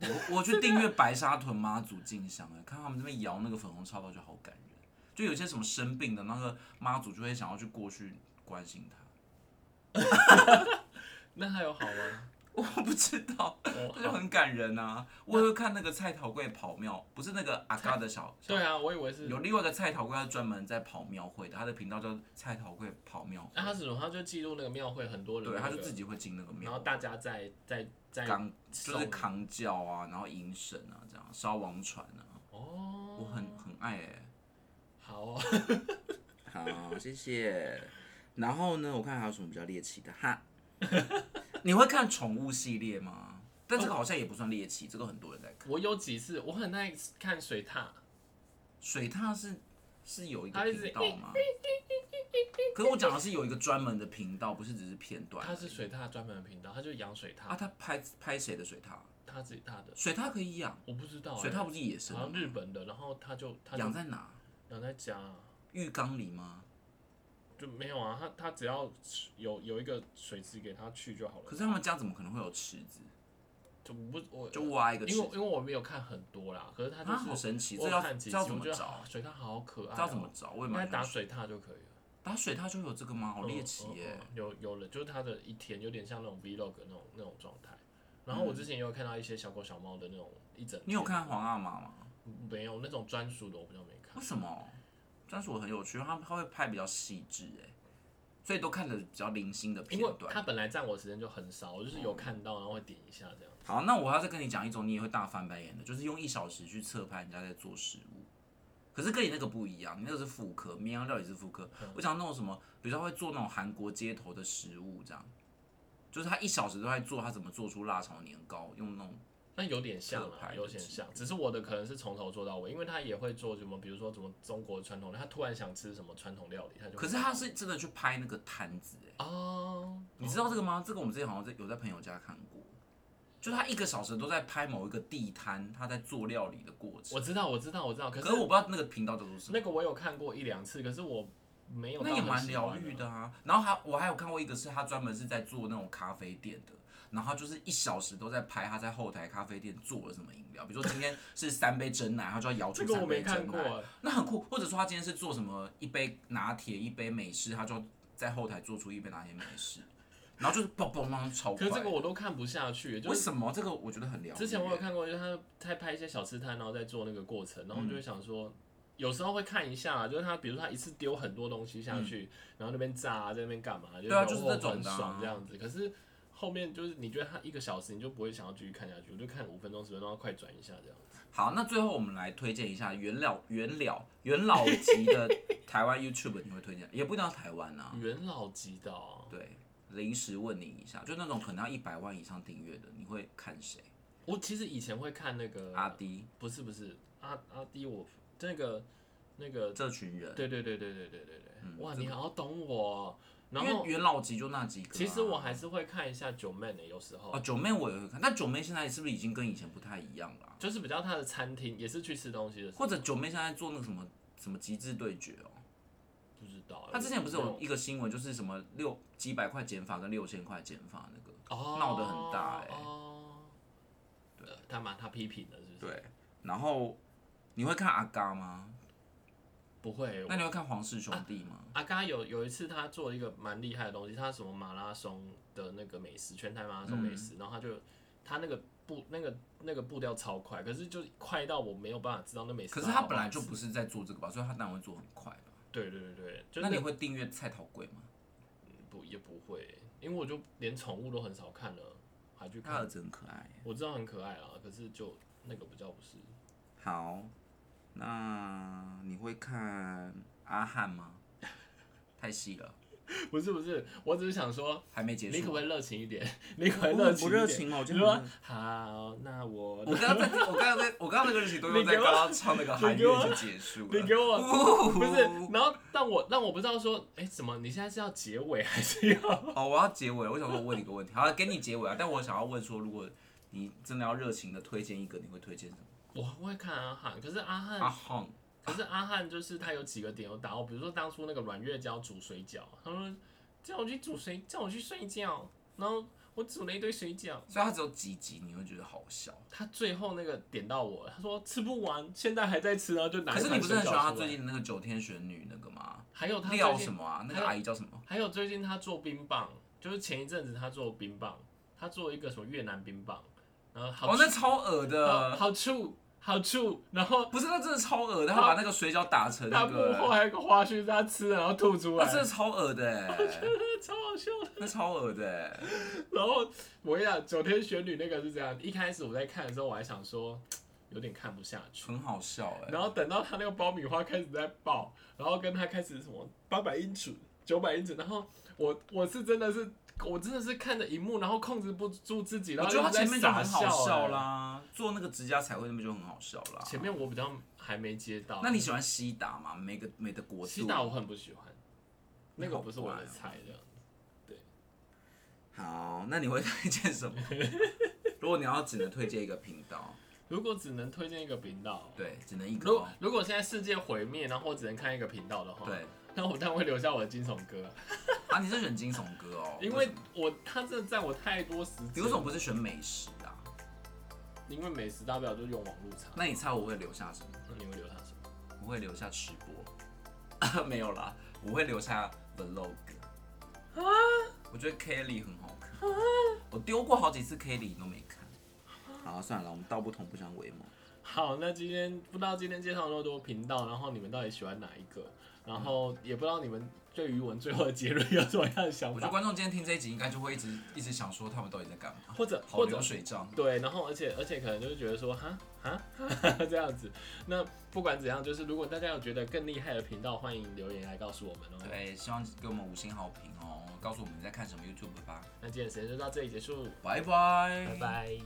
[SPEAKER 1] 哎，我 [LAUGHS] 我去订阅白沙屯妈祖进香、哎，看他们那边摇那个粉红超包，就好感人。就有些什么生病的那个妈祖，就会想要去过去关心
[SPEAKER 3] [LAUGHS]
[SPEAKER 1] 他。
[SPEAKER 3] 那还有好吗？
[SPEAKER 1] 我不知道，
[SPEAKER 3] [LAUGHS] 哦
[SPEAKER 1] 这就很感人啊！我也会看那个蔡桃贵跑庙，不是那个阿嘎的小，小
[SPEAKER 3] 对啊，我以为是
[SPEAKER 1] 有另外一个蔡桃贵，他专门在跑庙会的，他的频道叫蔡桃贵跑庙
[SPEAKER 3] 那
[SPEAKER 1] 会，
[SPEAKER 3] 他是什么？他就记录那个庙会很多人、
[SPEAKER 1] 对，他就
[SPEAKER 3] 那个
[SPEAKER 1] 自，己会进那个
[SPEAKER 3] 然后
[SPEAKER 1] 庙，
[SPEAKER 3] 大家在在在
[SPEAKER 1] 扛就是
[SPEAKER 3] 送
[SPEAKER 1] 扛轿啊，然后迎神啊，这样烧王船啊，
[SPEAKER 3] 哦，
[SPEAKER 1] 我很很爱哎、
[SPEAKER 3] 好哦， [LAUGHS]
[SPEAKER 1] 好，谢谢。然后呢，我看还有什么比较猎奇的哈？ [LAUGHS] 你会看宠物系列吗？但这个好像也不算猎奇，这个很多人在看。
[SPEAKER 3] 我有几次我很爱看水獭，
[SPEAKER 1] 水獭是是有一个
[SPEAKER 3] 它一直
[SPEAKER 1] 频道
[SPEAKER 3] [LAUGHS]
[SPEAKER 1] 吗？可是我讲的是有一个专门的频道，不是只是片段而
[SPEAKER 3] 它
[SPEAKER 1] 已。
[SPEAKER 3] 是水獭专门的频道，它就养水
[SPEAKER 1] 啊，
[SPEAKER 3] 獭，
[SPEAKER 1] 他拍拍谁的水獭？
[SPEAKER 3] 它自己踏的，
[SPEAKER 1] 水獭可以养，
[SPEAKER 3] 我不知道欸、
[SPEAKER 1] 水獭不是野生
[SPEAKER 3] 好
[SPEAKER 1] 的
[SPEAKER 3] 像
[SPEAKER 1] 吗
[SPEAKER 3] 日本的，然后它就它就
[SPEAKER 1] 养在哪？
[SPEAKER 3] 养在家。
[SPEAKER 1] 浴缸里吗？
[SPEAKER 3] 就没有啊，它它只要有有一个水池给它去就好了。
[SPEAKER 1] 可是他们家怎么可能会有池子？
[SPEAKER 3] 就不我
[SPEAKER 1] 就挖一个池
[SPEAKER 3] 因为因
[SPEAKER 1] 子，
[SPEAKER 3] 为我没有看很多啦，可是它就
[SPEAKER 1] 啊
[SPEAKER 3] 是
[SPEAKER 1] 好神奇
[SPEAKER 3] 我
[SPEAKER 1] 这要
[SPEAKER 3] 看几
[SPEAKER 1] 这要
[SPEAKER 3] 集
[SPEAKER 1] 怎
[SPEAKER 3] 我
[SPEAKER 1] 么
[SPEAKER 3] 觉得
[SPEAKER 1] 找
[SPEAKER 3] 啊水獭好可爱、
[SPEAKER 1] 知
[SPEAKER 3] 哦，
[SPEAKER 1] 道怎么找？我也
[SPEAKER 3] 应该
[SPEAKER 1] 蛮
[SPEAKER 3] 打
[SPEAKER 1] 想
[SPEAKER 3] 水獭就可以了。
[SPEAKER 1] 打水獭就有这个吗？好猎奇
[SPEAKER 3] 嗯嗯
[SPEAKER 1] 耶！
[SPEAKER 3] 嗯有有了，就是它的一天有点像那种 vlog 那种那种状态。然后我之前也有看到一些小狗小猫的那种一整
[SPEAKER 1] 嗯
[SPEAKER 3] 天。嗯
[SPEAKER 1] 你有看皇阿玛吗？
[SPEAKER 3] 没有那种专属的，我比较没看
[SPEAKER 1] 为。什么？专属我很有趣，因为他他会拍比较细致哎，所以都看的比较零星的片
[SPEAKER 3] 因为它
[SPEAKER 1] 段。哦
[SPEAKER 3] 本来占我时间就很少，我就是有看到然后会点一下这样。
[SPEAKER 1] 好，那我要再跟你讲一种你也会大翻白眼的，就是用一小时去侧拍人家在做食物，可是跟你那个不一样，你那个是副科，绵羊料理是副科。
[SPEAKER 3] 嗯
[SPEAKER 1] 我讲那种什么，比如说他会做那种韩国街头的食物，这样，就是他一小时都在做他怎么做出辣炒年糕，用那种
[SPEAKER 3] 那有点像
[SPEAKER 1] 特
[SPEAKER 3] 啊，
[SPEAKER 1] 派
[SPEAKER 3] 有点像，只是我的可能是从头做到尾，因为他也会做什么，比如说什么中国传统，他突然想吃什么传统料理，他就会
[SPEAKER 1] 可是他是真的去拍那个摊子、欸，
[SPEAKER 3] 哦，
[SPEAKER 1] 你知道这个吗？这个我们之前好像在有在朋友家看过，就他一个小时都在拍某一个地摊，他在做料理的过程。
[SPEAKER 3] 我知道，我知道，我知道，可
[SPEAKER 1] 可
[SPEAKER 3] 是
[SPEAKER 1] 是我不知道那个频道叫做什么，
[SPEAKER 3] 那个我有看过一两次，可是我没有到
[SPEAKER 1] 那
[SPEAKER 3] 很喜
[SPEAKER 1] 也
[SPEAKER 3] 欢啊，
[SPEAKER 1] 蛮疗愈的啊。然后还我还有看过一个是他专门是在做那种咖啡店的。然后他就是一小时都在拍他在后台咖啡店做了什么饮料，比如说今
[SPEAKER 3] [LAUGHS]
[SPEAKER 1] 天是三杯真奶，他就要摇
[SPEAKER 3] 这
[SPEAKER 1] 出
[SPEAKER 3] 个我
[SPEAKER 1] 三
[SPEAKER 3] 没
[SPEAKER 1] 杯
[SPEAKER 3] 看
[SPEAKER 1] 真
[SPEAKER 3] 过
[SPEAKER 1] 奶，
[SPEAKER 3] 欸，
[SPEAKER 1] 那很酷。或者说他今天是做什么一杯拿铁，一杯美式，他就要在后台做出一杯拿铁美式，然后就是嘣嘣嘣超快。
[SPEAKER 3] 可是这个我都看不下去，就
[SPEAKER 1] 为
[SPEAKER 3] 是
[SPEAKER 1] 什么这个我觉得很疗愈？
[SPEAKER 3] 之前我有，看过，就是他在拍一些小吃摊，然后在做那个过程，然后我就
[SPEAKER 1] 嗯
[SPEAKER 3] 会想说。有时候会看一下啊，就是他，比如说他一次丢很多东西下去，然后那边炸、啊，在那边干嘛，
[SPEAKER 1] 嗯对啊
[SPEAKER 3] 就
[SPEAKER 1] 就
[SPEAKER 3] 哦
[SPEAKER 1] 是这种
[SPEAKER 3] 很
[SPEAKER 1] 的啊
[SPEAKER 3] 爽这样子。可是后面就是你觉得他一个小时，你就不会想要继续看下去，我就看五分钟、十分钟，然后快转一下这样。
[SPEAKER 1] 好，那最后我们来推荐一下元老元老元老级的台湾 YouTube，你会推荐？也不一定要台湾啊，
[SPEAKER 3] 元老级的、哦，
[SPEAKER 1] 对，临时问你一下，就那种可能要一百万以上订阅的，你会看谁？
[SPEAKER 3] 我其实以前会看那个
[SPEAKER 1] 阿迪
[SPEAKER 3] 不是不是阿阿迪我那个那个，
[SPEAKER 1] 这群人，
[SPEAKER 3] 对对对对对对对对，
[SPEAKER 1] 嗯
[SPEAKER 3] 哇，
[SPEAKER 1] 这
[SPEAKER 3] 你好懂我哦。然
[SPEAKER 1] 因
[SPEAKER 3] 后
[SPEAKER 1] 为元老级就那几个啊、
[SPEAKER 3] 其实我还是会看一下九妹的，有时候、
[SPEAKER 1] 哦九妹我也会看，那九妹现在是不是已经跟以前不太一样了啊、
[SPEAKER 3] 就是比较她的餐厅，也是去吃东西的时候，
[SPEAKER 1] 或者九妹现在做那个什么什么极致对决哦，
[SPEAKER 3] 不知道。
[SPEAKER 1] 她之前不是有
[SPEAKER 3] 没
[SPEAKER 1] 一个新闻，就是什么六几百块减法跟六千块减法那个。
[SPEAKER 3] 哦
[SPEAKER 1] 闹得很大欸
[SPEAKER 3] 哦，对，他嘛他批评了是不是？
[SPEAKER 1] 对，然后你会看阿嘎吗？
[SPEAKER 3] 不会，
[SPEAKER 1] 那你会看黄氏兄弟吗？
[SPEAKER 3] 阿嘎有有一次他做一个蛮厉害的东西，他什么马拉松的那个美食，全台马拉松
[SPEAKER 1] 嗯
[SPEAKER 3] 美食，然后他就他那个步那个那个步调超快，可是就快到我没有办法知道那美食。
[SPEAKER 1] 可是他本来就不，是在做这个吧，所以他当然会做很快吧。
[SPEAKER 3] 对对对对，嗯就
[SPEAKER 1] 那你
[SPEAKER 3] 个
[SPEAKER 1] 会订阅菜头贵吗？
[SPEAKER 3] 不也不会，因为我就连宠物都很少看了，还去
[SPEAKER 1] 他儿
[SPEAKER 3] 看，
[SPEAKER 1] 子很可爱。
[SPEAKER 3] 我知道很可爱啦，可是就那个比较不是。 [LAUGHS]
[SPEAKER 1] 好，那你会看阿汉
[SPEAKER 3] [LAUGHS]
[SPEAKER 1] 吗？太细了，
[SPEAKER 3] 不是不是，我只是想说，
[SPEAKER 1] 还没结束。
[SPEAKER 3] 你可不可以热情一点？ [LAUGHS] 你可不可以
[SPEAKER 1] 我
[SPEAKER 3] 热
[SPEAKER 1] 很
[SPEAKER 3] 情
[SPEAKER 1] 不
[SPEAKER 3] 一点
[SPEAKER 1] 热？情哦，我
[SPEAKER 3] 你
[SPEAKER 1] 今天很
[SPEAKER 3] 说
[SPEAKER 1] 热。
[SPEAKER 3] 好，
[SPEAKER 1] 我刚刚在，
[SPEAKER 3] 那我
[SPEAKER 1] 我刚刚在，我刚刚那个热情都用在
[SPEAKER 3] 你给
[SPEAKER 1] 刚
[SPEAKER 3] 我
[SPEAKER 1] 刚唱那个韩
[SPEAKER 3] 你
[SPEAKER 1] 语
[SPEAKER 3] 给我
[SPEAKER 1] 就结束了。
[SPEAKER 3] 你给我
[SPEAKER 1] 呜
[SPEAKER 3] 不是，然后让我让我不知道说，哎、怎么你现在是要结尾还是要？ [LAUGHS]
[SPEAKER 1] 哦，我要结尾，我想说问你一个问题，好，给你结尾啊。但我想要问说，如果你真的要热情的推荐一个，你会推荐什么？
[SPEAKER 3] 我会看阿汉，可是阿汉，
[SPEAKER 1] 阿汉，
[SPEAKER 3] 可是阿汉就是他有几个点有打我，比如说当初那个阮月娇煮水饺，他说叫我去煮水，叫我去睡觉，然后我煮了一堆水饺，
[SPEAKER 1] 所以它只有几集，你会觉得好笑。
[SPEAKER 3] 他最后那个点到我，他说吃不完，现在还在吃，然后就拿。
[SPEAKER 1] 可是你不是很喜欢他啊最？近的那个九天玄女那个吗？
[SPEAKER 3] 还有他
[SPEAKER 1] 廖
[SPEAKER 3] 最
[SPEAKER 1] 什
[SPEAKER 3] 近，
[SPEAKER 1] 么啊？那
[SPEAKER 3] 还
[SPEAKER 1] 个
[SPEAKER 3] 有
[SPEAKER 1] 阿姨叫什么？
[SPEAKER 3] 还有最近他做冰棒，就是前一阵子他做冰棒，他做一个什么越南冰棒，然后好
[SPEAKER 1] 哦，那超恶
[SPEAKER 3] 好
[SPEAKER 1] 的，
[SPEAKER 3] 好处好处，然后
[SPEAKER 1] 不是，那真的超恶的。他把那个水饺打成
[SPEAKER 3] 他
[SPEAKER 1] 那
[SPEAKER 3] 幕后
[SPEAKER 1] 个，哦
[SPEAKER 3] 还有一个花絮是他吃了然后吐出来，
[SPEAKER 1] 那真的超恶的欸，
[SPEAKER 3] 超好笑的。
[SPEAKER 1] 那超恶的欸。
[SPEAKER 3] 然后我跟你讲，九天玄女那个是这样，一开始我在看的时候我还想说有点看不下去，
[SPEAKER 1] 很好笑哎。
[SPEAKER 3] 然后等到他那个爆米花开始在爆，然后跟他开始什么八百英尺、九百英尺，然后我我是真的是。我真的是看着荧幕，然后控制不住自己，然
[SPEAKER 1] 我
[SPEAKER 3] 后
[SPEAKER 1] 觉得他
[SPEAKER 3] 一直在
[SPEAKER 1] 前面就很
[SPEAKER 3] 傻
[SPEAKER 1] 好笑
[SPEAKER 3] 笑欸。
[SPEAKER 1] 啦，做那个指甲彩绘那边就很好笑啦。
[SPEAKER 3] 前面我比较还没接到。
[SPEAKER 1] 那你喜欢西达吗？每个每个国度。
[SPEAKER 3] 西打我很不喜欢，
[SPEAKER 1] 你
[SPEAKER 3] 那
[SPEAKER 1] 好
[SPEAKER 3] 个不是我
[SPEAKER 1] 怪
[SPEAKER 3] 的
[SPEAKER 1] 哦
[SPEAKER 3] 菜这样。
[SPEAKER 1] 好，那你会推荐
[SPEAKER 3] [LAUGHS]
[SPEAKER 1] 什么？如果你要只能推荐一个频道，
[SPEAKER 3] 如果只能推荐一个频道，
[SPEAKER 1] 对，只能一个
[SPEAKER 3] 如
[SPEAKER 1] 哦
[SPEAKER 3] 果。如果现在世界毁灭，然后我只能看一个频道的话，
[SPEAKER 1] 对，
[SPEAKER 3] 那我当然会留下我的惊悚歌，
[SPEAKER 1] 啊，你是选惊悚歌哦，
[SPEAKER 3] [LAUGHS] 因
[SPEAKER 1] 为
[SPEAKER 3] 为
[SPEAKER 1] 什么
[SPEAKER 3] 我他真的占我太多时间。
[SPEAKER 1] 你为什么不是选美食啊？
[SPEAKER 3] 因为美食大不了就用网络查。
[SPEAKER 1] 那你猜我会留下什么？
[SPEAKER 3] 那你会留下什么？
[SPEAKER 1] 我会留下吃播， [LAUGHS] 没有啦，我会留下 vlog。我
[SPEAKER 3] 啊
[SPEAKER 1] 觉得 Kelly 很好看，我丢过好几次 Kelly 你都没看。
[SPEAKER 3] 啊
[SPEAKER 1] 好，算了，我们道不同不相为谋。
[SPEAKER 3] 好，那今天不知道今天介绍那么多频道，然后你们到底喜欢哪一个？然后也不知道你们对于我们最后的结论有什么样的想
[SPEAKER 1] 我觉得
[SPEAKER 3] 法，
[SPEAKER 1] 观众今天听这一集，应该就会一直一直想说他们到底在干嘛，
[SPEAKER 3] 或者
[SPEAKER 1] 好
[SPEAKER 3] 或者
[SPEAKER 1] 流水账。
[SPEAKER 3] 对，然后而且而且可能就是觉得说哈哈这样子。那不管怎样，就是如果大家有觉得更厉害的频道，欢迎留言来告诉我们哦。
[SPEAKER 1] 对，希望给我们五星好评哦，告诉我们你在看什么 YouTube 吧，
[SPEAKER 3] 那今天的时间就到这里结束，
[SPEAKER 1] 拜拜，
[SPEAKER 3] 拜拜。